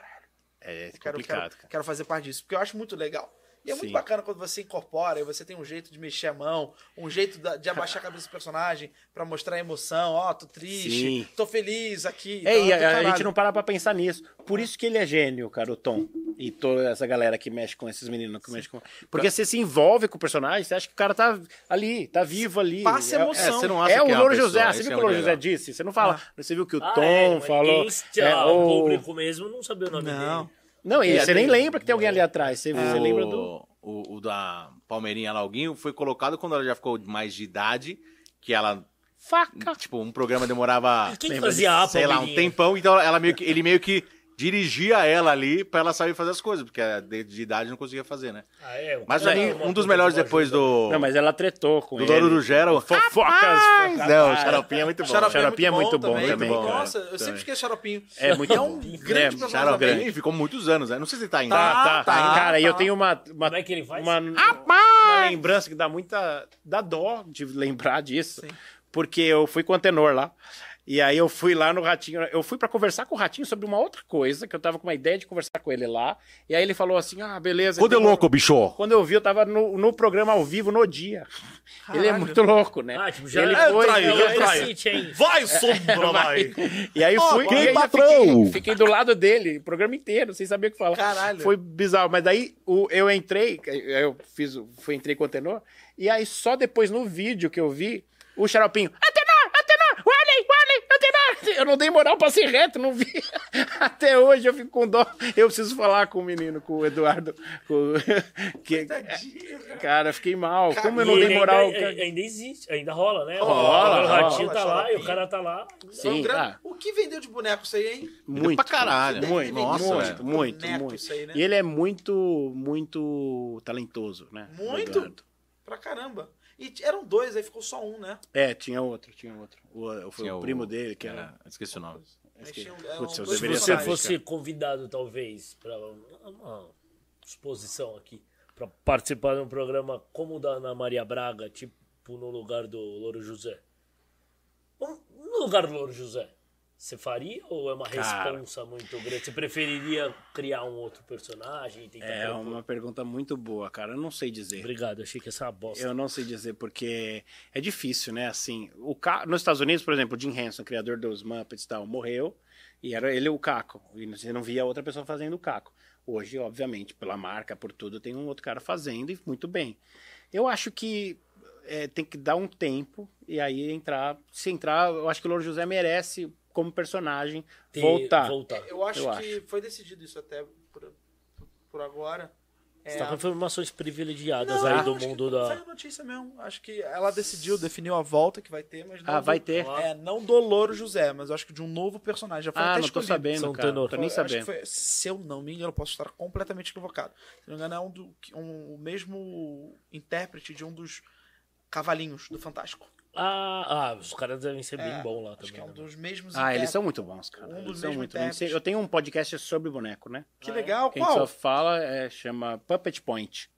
D: É
B: eu quero,
D: complicado,
B: quero,
D: cara.
B: quero fazer parte disso, porque eu acho muito legal. E é muito
D: Sim.
B: bacana quando você incorpora e você tem um jeito de mexer a mão, um jeito da- de abaixar a cabeça do personagem pra mostrar a emoção. Ó, tô triste,
D: Sim.
B: tô feliz aqui.
D: É, e
B: tal, do
D: a, a
B: caralho.
D: gente não para pra pensar nisso. Por isso que ele é gênio, cara, o Tom. E toda essa galera que mexe com esses meninos que mexe com. Porque você se envolve com o personagem, você acha que o cara tá ali, tá vivo ali.
B: Passa
D: É-
B: emoção.
D: É,
E: você não
D: é
E: acha
D: o
E: que é uma
D: Louro
E: pessoa,
D: José. Você
E: isso
D: viu
E: é
D: o que o Louro
E: legal.
D: José disse? Você não fala. Você viu o que o
A: Ah,
D: Tom
A: é, mas
D: falou.
A: ninguém se-
D: é,
A: ah,
D: ou-
A: O público mesmo não sabia o nome
B: Não.
A: dele.
D: Não, e
A: É,
D: você nem
A: tem-
D: lembra que tem alguém ali atrás. Você, você
E: O-
D: lembra do.
E: O, o da Palmeirinha Lauguinho foi colocado quando ela já ficou mais de idade, que ela
D: Faca.
E: Tipo, um programa demorava,
D: Ah,
A: Quem que fazia a
E: sei lá, um
A: Palmeirinha?
E: tempão, então ela meio que- ele meio que dirigia ela ali pra ela saber fazer as coisas, porque a de, de idade não conseguia fazer, né?
A: Ah, é, o
E: Mas pra
A: cara
E: mim,
A: era uma
E: um dos
A: puta
E: melhores
A: boa
E: depois
A: ajuda.
E: do.
D: Não, mas ela tretou com
E: Do
D: ele.
E: Dono do Gero.
D: Fofocas.
E: Não, o Xaropinho é muito bom.
D: Xaropinho é muito bom também, cara.
H: Nossa, eu sempre esqueço xaropinho.
D: É muito
H: é
D: bom.
H: um grande
D: É,
H: personagem.
E: Xaropinho
D: grande.
E: ficou muitos anos, né? Não sei se ele tá ainda.
D: Tá, tá.
H: tá,
D: Cara, e eu
H: tá.
D: tenho uma. uma
A: Como é que ele faz?
D: Uma, uma lembrança que dá muita. dá dó de lembrar disso. Porque eu fui com o Antenor lá. E aí eu fui lá no Ratinho. Eu fui pra conversar com o Ratinho sobre uma outra coisa, que eu tava com uma ideia de conversar com ele lá. E aí ele falou assim: ah, beleza.
E: Quando é
D: demorou."
E: louco, bicho?
D: Quando eu vi, eu tava no, no programa ao vivo no dia. Ele é muito louco, né?
A: Ah, tipo, já
D: ele
A: é,
D: foi,
A: traiu,
D: eu-
A: já traiu. City, hein?
I: Vai, sombra, vai!
D: E aí eu fui,
E: quem
D: e aí eu
E: patrão?
D: Fiquei, fiquei do lado dele, o programa inteiro, sem saber o que falar.
H: Caralho.
D: Foi bizarro, mas daí o, eu entrei, eu fiz, o- fui, entrei com o Antenor, e aí só depois no vídeo que eu vi, o xaropinho, Antenor, Antenor, Warley, Warley, Antenor! Eu não dei moral, passei reto, não vi. Até hoje eu fico com dó. Eu preciso falar com o menino, com o Eduardo. Com... o- que- Cara, fiquei mal. Como eu não
A: E
D: dei
A: ele é,
D: moral...
A: ainda,
D: cara-
A: ainda existe, ainda rola, né?
D: Rola,
A: o ratinho
H: rola,
A: tá lá e o
H: xaropinho.
A: cara tá lá.
H: Foi um
D: Sim,
H: grande-
D: ah,
H: O que vendeu de boneco isso aí, hein?
D: muito.
E: Pra caralho. é
D: Muito,
E: Nossa,
D: muito,
E: velho.
D: muito,
H: Neto,
D: muito.
H: isso aí, né?
D: E ele é muito, muito talentoso, né?
H: Muito?
D: Eduardo.
H: Pra caramba. E t- eram dois, aí ficou só um, né?
D: É, tinha outro, tinha outro. O, foi
E: Tinha
D: o
E: o- É,
D: primo dele, que
H: é.
D: era... um
E: Esqueci o nome.
H: Mas tinha um-
D: Putz, eu
H: dois
A: Se você
D: deveria saber,
H: personagens.
A: fosse convidado, talvez, pra uma, uma exposição aqui, pra participar de um programa como o da Ana Maria Braga, tipo no lugar do Louro José. Bom, No lugar do Louro José, você faria ou é uma
D: Cara.
A: responsa muito grande? Você preferiria criar um outro personagem? Tentar
D: É
A: propor?
D: uma pergunta muito boa, cara. Eu não sei dizer.
A: Obrigado, achei que essa é uma bosta.
D: Eu não sei dizer, porque é difícil, né? Assim, o ca... nos Estados Unidos, por exemplo, o Jim Henson, criador dos Muppets e tal, morreu. E era ele o Caco. E você não via outra pessoa fazendo o Caco. Hoje, obviamente, pela marca, por tudo, tem um outro cara fazendo e muito bem. Eu acho que é, tem que dar um tempo e aí entrar. Se entrar, eu acho que o Louro José merece, como personagem,
A: Ter-
D: voltar.
H: Eu acho
D: Eu
H: que foi decidido isso até por, por agora.
A: Você
B: É,
A: tá com informações privilegiadas
H: Não,
A: aí
H: acho
A: do
H: que
A: mundo
H: Foi a
A: da.
H: notícia mesmo. Acho que ela decidiu, definiu a volta que vai ter, mas não.
D: Ah,
H: do-
D: vai ter.
H: É, não do Louro José, mas eu acho que de um novo personagem. Já foi
D: Ah,
H: até
D: não tô
H: escolhido.
D: sabendo,
A: São
D: cara. Não
A: Tenor.
D: tô nem
H: Eu acho que
D: sabendo.
H: foi- se eu não me engano, eu posso estar completamente equivocado. Se não me engano, é um do, um- o mesmo intérprete de um dos cavalinhos do Fantástico.
A: Ah, ah, os caras devem ser bem
H: É,
A: bons lá
H: Acho
A: também.
H: que é um
A: né?
H: dos mesmos
D: Ah, eles
H: intérpretes.
D: são muito bons, cara.
H: Um
D: Eles
H: dos
D: são
H: mesmos
D: muito bons.
H: intérpretes.
D: Eu tenho um podcast sobre boneco, né?
H: Que legal,
D: Que a gente só
H: qual?
D: fala, é, chama Puppet Point.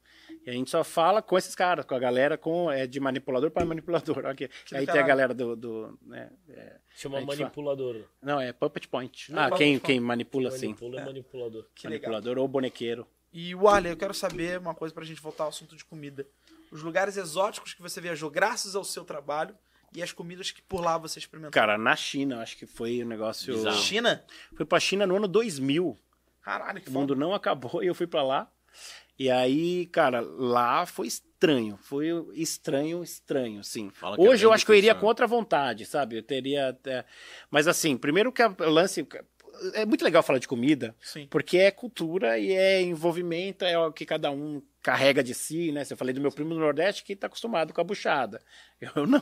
D: E a gente só fala com esses caras, com a galera com, é, de manipulador para manipulador. Olha aqui. Aí tem a
H: caralho.
D: galera do. do, né, é,
A: Chama
D: a gente fala.
A: manipulador.
D: não, é Puppet Point.
H: Não,
D: ah,
H: Puppet
D: quem,
H: Point.
D: quem manipula, sim.
A: Manipula é manipulador.
H: Que legal.
D: manipulador ou bonequeiro.
H: E o eu quero saber uma coisa pra gente voltar ao assunto de comida. Os lugares exóticos que você viajou graças ao seu trabalho e as comidas que por lá você experimentou.
D: Cara, na China, eu acho que foi o negócio.
H: China?
D: Fui pra China no ano 2000.
H: Caralho, que
D: O
H: foda.
D: mundo não acabou e eu fui pra lá. E aí, cara, lá foi estranho. Foi estranho, estranho, sim.
E: Fala que é
D: Hoje eu
E: bem
D: acho que eu iria
E: difícil,
D: com outra vontade, sabe? Eu teria até... Mas assim, primeiro que a- o lance... É muito legal falar de comida,
H: Sim.
D: porque é cultura e é envolvimento, é o que cada um carrega de si, né? Você falei do meu primo do Nordeste que tá acostumado com a buchada. Eu não.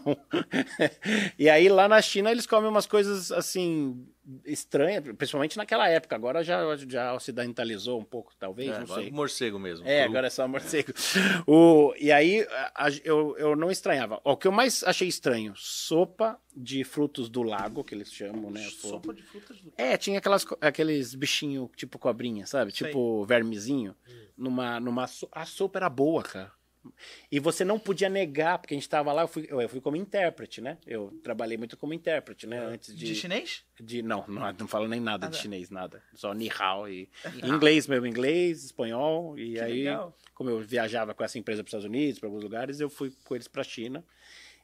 D: e aí lá na China eles comem umas coisas assim estranhas, principalmente naquela época. Agora já já ocidentalizou um pouco, talvez,
E: É,
D: não
E: agora
D: sei.
E: é morcego mesmo.
D: É,
E: Peru.
D: agora é só morcego. O, e aí a- a- eu, eu não estranhava. O que eu mais achei estranho, sopa de frutos do lago, que eles chamam, né?
H: Sopa de frutas do...
D: É, tinha aquelas, co- aqueles bichinhos tipo cobrinha, sabe?
H: Sei.
D: Tipo vermezinho.
H: Hum.
D: Numa, numa so- A sopa era boa, cara. E você não podia negar, porque a gente tava lá, eu fui, eu, eu fui como intérprete, né? Eu trabalhei muito como intérprete, né? Antes
H: Ah, De
D: de.
H: chinês?
D: de não, não, não falo nem nada de
H: Ah, tá.
D: chinês, nada. Só ni hao e inglês, meu inglês, espanhol. E
H: Que
D: aí,
H: legal.
D: como eu viajava com essa empresa para os Estados Unidos, para alguns lugares, eu fui com eles para China.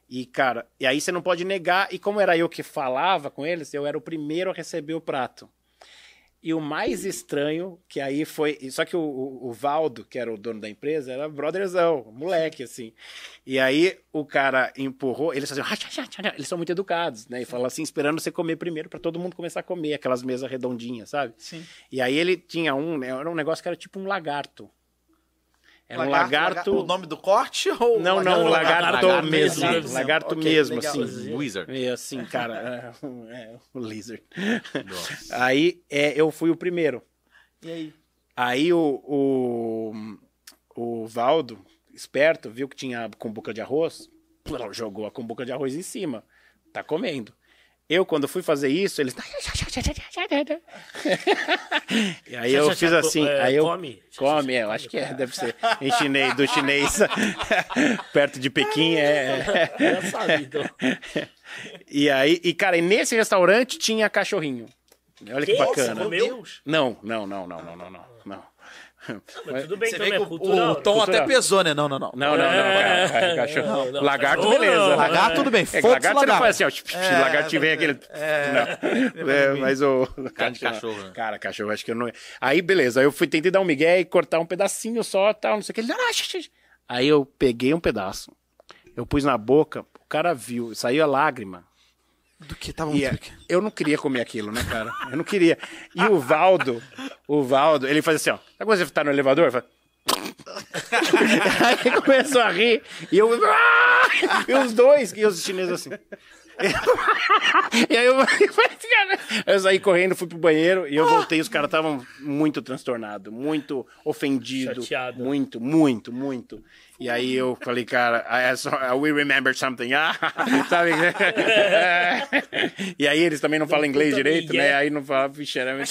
D: E, cara, e aí você não pode negar. E como era eu que falava com eles, eu era o primeiro a receber o prato. E o mais estranho, que aí foi. e Só que o, o- o Valdo, que era o dono da empresa, era brotherzão, moleque, assim. E aí o cara empurrou, eles faziam. "Ah, tchá, tchá, tchá", Eles são muito educados, né? E falam assim, esperando você comer primeiro, para todo mundo começar a comer, aquelas mesas redondinhas, sabe?
H: Sim.
D: E aí ele tinha um, né, era um negócio que era tipo um lagarto. Era um lagarto.
H: O nome do corte ou.
D: Não, não, um lagarto,
A: lagarto
D: mesmo.
A: mesmo.
D: Lagarto
H: Ok,
D: mesmo,
H: legal.
D: assim.
E: Wizard.
D: E assim, cara, é, é, o lizard. Aí é, eu fui o primeiro.
H: E aí?
D: Aí o, o, o Valdo, esperto, viu que tinha a cumbuca de arroz, plau, jogou a cumbuca de arroz em cima. Tá comendo. Eu, quando fui fazer isso, eles. e aí eu fiz assim.
A: É,
D: aí eu,
A: come?
D: Come, é, eu acho que é, deve ser. Em chinês, do chinês, perto de Pequim, é.
A: Já sabe, então.
D: E aí, e cara, e nesse restaurante tinha cachorrinho. Olha
A: Que
D: que,
A: isso,
D: bacana.
A: comeu?
D: Não, não, não, não, não, não, não. não.
A: Mas tudo bem,
B: Você
A: também
B: vê que
A: é
B: o,
A: cultural.
B: o Tom até pesou, né? Não, não, não.
D: Não, não, não,
A: É,
D: cara. cara, Cachorro.
A: não, não,
D: lagarto,
A: cachorro
D: beleza.
A: não.
D: lagarto,
B: Lagarto, tudo bem.
D: é, que
B: Foda-se
D: lagarto, você não faz
B: lagarto.
D: assim, ó. tch, tch, lagarto te vem aquele. não. É, mas o.
E: Cara de cachorro, né?
D: Cara, cachorro, acho que eu não. Aí, beleza. Aí eu fui tentei dar um migué e cortar um pedacinho só, tal, não sei o que. Ele. "Ah, xixi, xixi." Aí eu peguei um pedaço. Eu pus na boca, o cara viu, saiu a lágrima.
B: Do que? Tava
D: E
B: muito
D: é-
B: pequeno.
D: eu não queria comer aquilo, né, cara? Eu não queria. E o Valdo, o Valdo, ele faz assim, ó. Sabe quando você tá no elevador? Faz... Aí ele começou a rir. E eu. "Ah!" E os dois, e os chineses assim. e aí eu, eu saí correndo, fui pro banheiro e eu voltei. Os caras estavam muito transtornados, muito ofendidos.
A: Chateado.
D: Muito, muito, muito. E aí eu falei, cara, I- I saw- we remember something. Ah, sabe? e aí eles também não falam inglês
A: puta
D: direito,
A: migué.
D: né? Aí não fala, vixe, era muito.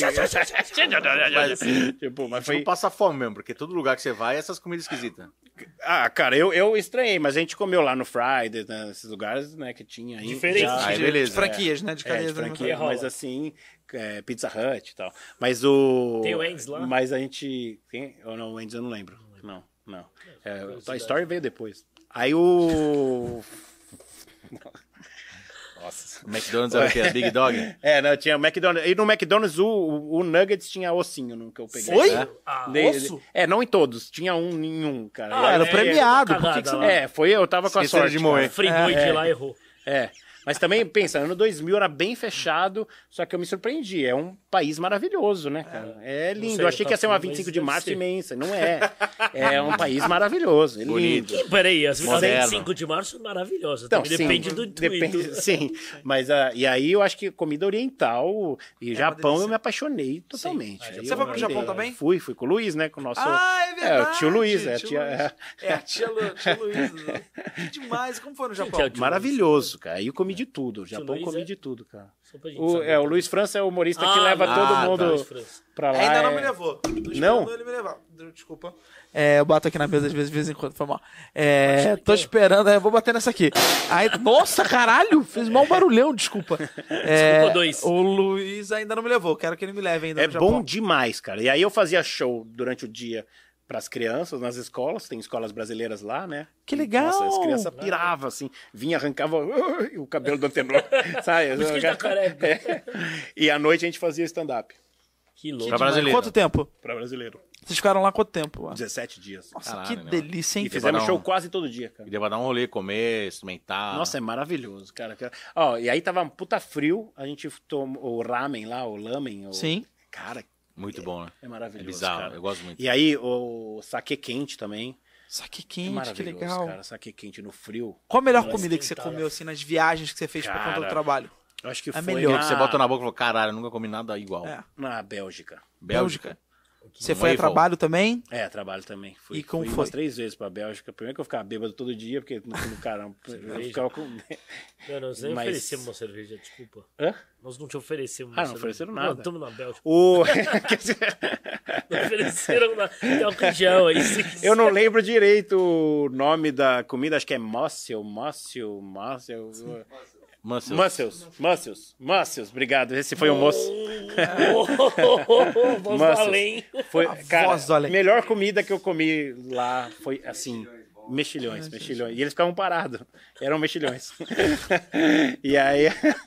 D: tipo, mas foi.
E: Foi... Não passa fome mesmo, porque todo lugar que você vai é essas comidas esquisitas.
D: Ah, cara, eu, eu estranhei, mas a gente comeu lá no Friday, né, nesses lugares, né, que tinha aí.
A: Diferente.
D: já-
E: Aí,
B: De
E: beleza.
B: franquias, né? De
D: Ah, É, de
B: cadeias. né?
D: franquia,
A: rola.
D: mas assim, é, Pizza Hut e tal. Mas o.
A: Tem o Wendy's lá?
D: Mas a gente. Tem? Ou não, o Wendy's eu não lembro. Não, não. É, o Toy Story veio depois. Aí o. Nossa.
E: McDonald's era o quê? Big Dog?
D: É, não, tinha o McDonald's. E no McDonald's o, o- o Nuggets tinha ossinho no que eu peguei.
B: Foi?
D: né?
A: Ah,
D: De-
B: osso?
D: É, não em todos. Tinha um em um, cara. E
A: Ah,
D: aí-
B: Era
A: é,
B: premiado, por
A: cagada
B: que que você
A: lá.
D: É, foi eu, tava com a
E: Esqueceram
D: sorte.
E: de
D: cara.
E: moer.
A: O Friboi
D: É,
A: de
D: é.
A: lá errou.
D: É. Mas também, pensa, ano 2000 era bem fechado, só que eu me surpreendi. É um país maravilhoso, né, cara? É, lindo.
A: sei,
D: eu achei
A: eu
D: que ia ser uma
A: tava-
D: 25
A: mas
D: de
A: deve
D: março
A: ser.
D: imensa. Não é. É um país maravilhoso. É lindo.
A: Ih, Peraí, as
E: Moderno.
A: 25 de março maravilhosa.
D: Então,
A: também
D: sim,
A: depende do intuito.
D: depende- Sim, mas ah, e aí eu acho que comida oriental
B: É
D: e Japão eu me apaixonei totalmente. Aí
A: Você
D: eu
B: foi pro
D: andei-
B: é Japão também?
D: Fui, fui com o Luiz, né, com o nosso...
B: Ah, é verdade.
D: o tio Luiz, é, a
B: tio
D: tia-
B: Luiz. É, a tia, Lu, tia Luísa. Que demais. Como foi no Japão?
A: Que é o tio
D: Maravilhoso, cara. Aí eu
B: É.
D: comi de tudo. O Japão
A: Luiz
D: comi
A: é-
D: de tudo, cara.
A: Só pra gente
D: O,
A: saber.
D: é, o Luiz França é o humorista que
A: Ah,
D: leva
A: tá,
D: todo
A: tá.
D: mundo
A: Luiz França.
D: pra lá.
H: Ainda não
D: é-
H: me levou. Tô
D: Não?
H: esperando ele me levar. Desculpa.
B: É, eu bato aqui na mesa de vez, de vez em quando, foi mal. É, tô esperando, é, eu vou bater nessa aqui. Aí, nossa, caralho, fez mal barulhão, desculpa. É,
A: Desculpa, dois.
B: O Luiz ainda não me levou, quero que ele me leve ainda
D: É
B: no Japão.
D: bom demais, cara. E aí eu fazia show durante o dia pras crianças, nas escolas, tem escolas brasileiras lá, né?
B: Que legal!
D: Nossa, as crianças piravam, assim, vinha, arrancava "Ui", o cabelo do antenor, sabe?
A: Por isso que ele tá careca.
D: É. E à noite a gente fazia stand-up
A: Que louco.
E: Pra brasileiro.
B: Quanto tempo?
D: pra brasileiro.
B: Vocês ficaram lá quanto tempo? Nossa,
D: 17 dias.
B: que
E: Caralho, né,
B: delícia, hein?
D: E fizemos
E: Barão.
D: show quase todo dia, cara.
E: E deu pra dar um rolê, comer, experimentar.
D: Nossa, é maravilhoso, cara. Ó, e aí tava um puta frio, a gente tomou o ramen lá, o lamen. O...
B: Sim.
D: Cara,
E: Muito bom, né?
D: é
E: É
D: maravilhoso,
E: bizarro,
D: cara.
E: eu gosto muito.
D: E aí o saque quente também.
B: Só que
D: É
B: quente, que
D: maravilhoso,
B: legal.
D: cara. Saque é quente no frio.
B: Qual a melhor
A: Nossa,
B: comida que você
A: cara.
B: comeu, assim, nas viagens que você fez por
D: Cara.
B: conta do trabalho?
D: Eu acho que
B: É
D: foi
B: melhor.
D: na...
E: um Você bota na boca e fala, caralho, eu nunca comi nada igual.
B: É.
D: na Bélgica.
E: Bélgica.
B: Você foi a
E: Naval.
B: trabalho também?
D: É, trabalho também. Fui,
B: E como
D: fui
B: foi?
D: umas três vezes pra Bélgica. Primeiro que eu ficava bêbado todo dia, porque no fim do caramba, eu ficava com...
A: Não, não, nós nem
D: Mas-
A: oferecemos uma cerveja, desculpa.
D: Hã?
A: Nós não te oferecemos
D: Ah,
A: uma
D: não ofereceram
A: cerveja.
D: nada.
A: Não, estamos na Bélgica.
D: O... Quer dizer,
A: Não ofereceram nada. Tem álcool em gel aí. se quiser.
D: Eu não lembro direito o nome da comida, acho que é Mossel, Mossel, Mossel.
E: Mas eu-
D: Mussels, Mussels, Mussels, obrigado. Esse foi o moço.
A: Oh, Vamos
D: Mussels.
A: além.
D: Foi, cara,
B: voz do além.
D: melhor comida que eu comi lá foi assim, mexilhões, mexilhões. E eles ficavam parados, eram mexilhões. e aí,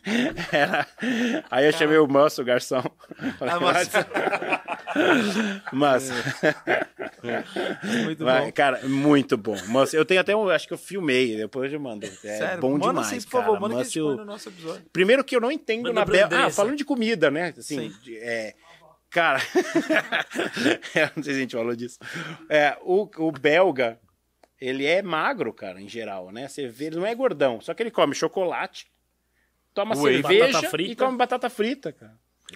D: era- aí eu chamei o Mussel, o garçom. Falei,
B: Ah, Mussel.
D: Mussel.
B: Muito
D: Vai,
B: bom.
D: Cara, muito bom. Mas eu tenho até um, acho que eu filmei, depois eu mando. É
B: Sério,
D: bom
B: manda
D: demais,
B: assim, por favor,
D: cara.
B: manda que a
D: Mas
B: gente
D: eu-
H: É.
B: põe no nosso episódio.
D: Primeiro que eu não entendo
A: Manda
D: na Ah,
A: pra
D: Bélgica.
A: Andressa.
D: Ah, falando de comida, né? Assim, de- é, Cara, eu não sei se a gente falou disso. É, o, o belga, ele é magro, cara, em geral, né? Você vê, ele não é gordão, só que ele come chocolate, toma
A: Whey,
D: cerveja
A: batata frita.
D: e come batata frita, cara.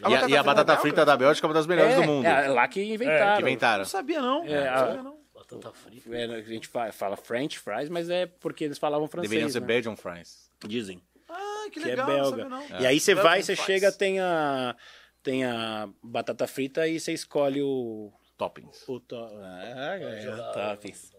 E: E a, e a batata frita da Bélgica é uma das melhores
D: é,
E: do mundo.
D: é lá que inventaram.
E: que inventaram.
B: Não sabia, não.
D: É,
B: não
D: a-
B: sabia, não.
A: Batata frita.
D: É, a gente fa- fala French fries, mas é porque eles falavam francês.
E: Deveriam ser
D: né?
E: Belgian fries.
D: Dizem.
B: Ah, que
D: que é
B: legal, não
D: belga.
B: sabia, não.
D: E
E: É.
D: aí você
B: Belga
D: vai,
B: não
D: você
B: faz. É
D: chega, tem a, tem a batata frita e você escolhe o.
E: Toppings.
D: o to... ah, é,
A: já-
D: toppings.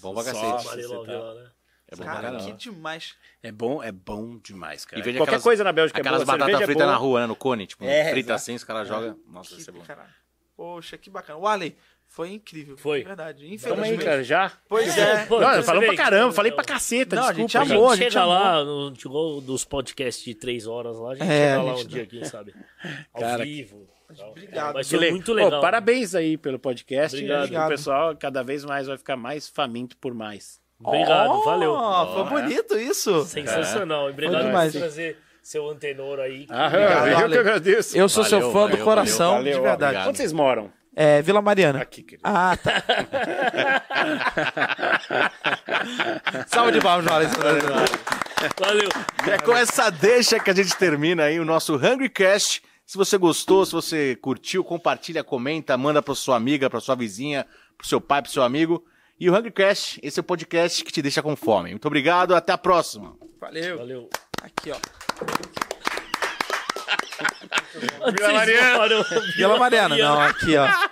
E: Bom pra
D: Só
E: cacete.
A: Amarelo
D: você tá-
A: Vila, né?
E: É bom pra
H: Cara, que
E: caramba.
H: demais.
D: É bom, é bom demais, cara.
E: E veja
D: Qualquer
E: aquelas-
D: coisa na Bélgica
E: Aquelas
D: é boa,
E: batatas
D: cerveja é
E: fritas
D: boa.
E: na rua, né? No cone, tipo,
D: É,
E: frita
D: exato.
E: assim, os caras jogam. Nossa,
H: Que
E: isso é bom.
H: caralho. Poxa, que bacana. O Ale, foi incrível.
A: Foi.
H: de Verdade.
D: Toma
H: Infelizmente.
D: aí, cara, já?
H: Pois é.
A: Pô,
D: Não,
A: você vê
D: falamos pra
A: que- é um
D: caramba, falei pra caceta,
H: Não, a
D: desculpa.
H: gente
A: A gente
H: amou, a gente
A: chega
H: amou.
A: lá, no, chegou dos podcasts de três horas lá, a gente
H: É,
A: chega
H: a
A: lá
H: gente
A: um dia, quem sabe? Ao
D: Cara,
A: vivo. tal.
H: obrigado.
A: Mas
D: Que
A: foi
D: le-
A: é muito
D: Pô,
A: legal.
D: parabéns aí pelo podcast.
A: Obrigado.
D: Acho que O pessoal cada vez mais vai ficar mais faminto por mais.
A: Obrigado,
H: Oh,
A: valeu. é
H: Foi bonito isso.
A: Sensacional.
H: Foi
A: Obrigado por
H: demais.
A: trazer seu antenor aí.
D: Ah.
H: Obrigado,
D: eu
H: Ale.
D: que agradeço.
H: Eu sou seu
E: Valeu,
H: fã do
E: valeu,
H: coração,
E: valeu,
H: de
E: valeu,
H: verdade.
E: obrigado.
D: Onde vocês moram?
H: É, Vila Mariana.
D: Aqui, querido.
H: Ah, tá. Salve de palmas, Maurício.
A: Valeu.
E: É com essa deixa que a gente termina aí o nosso Hungry Cast. Se você gostou, se você curtiu, compartilha, comenta, manda pra sua amiga, pra sua vizinha, pro seu pai, pro seu amigo. E o Hungry Cast, esse é o podcast que te deixa com fome. Muito obrigado, até a próxima.
H: Valeu.
A: Valeu.
H: Aqui, ó.
A: Vila Mariana.
H: Vila Mariana, não, aqui, ó.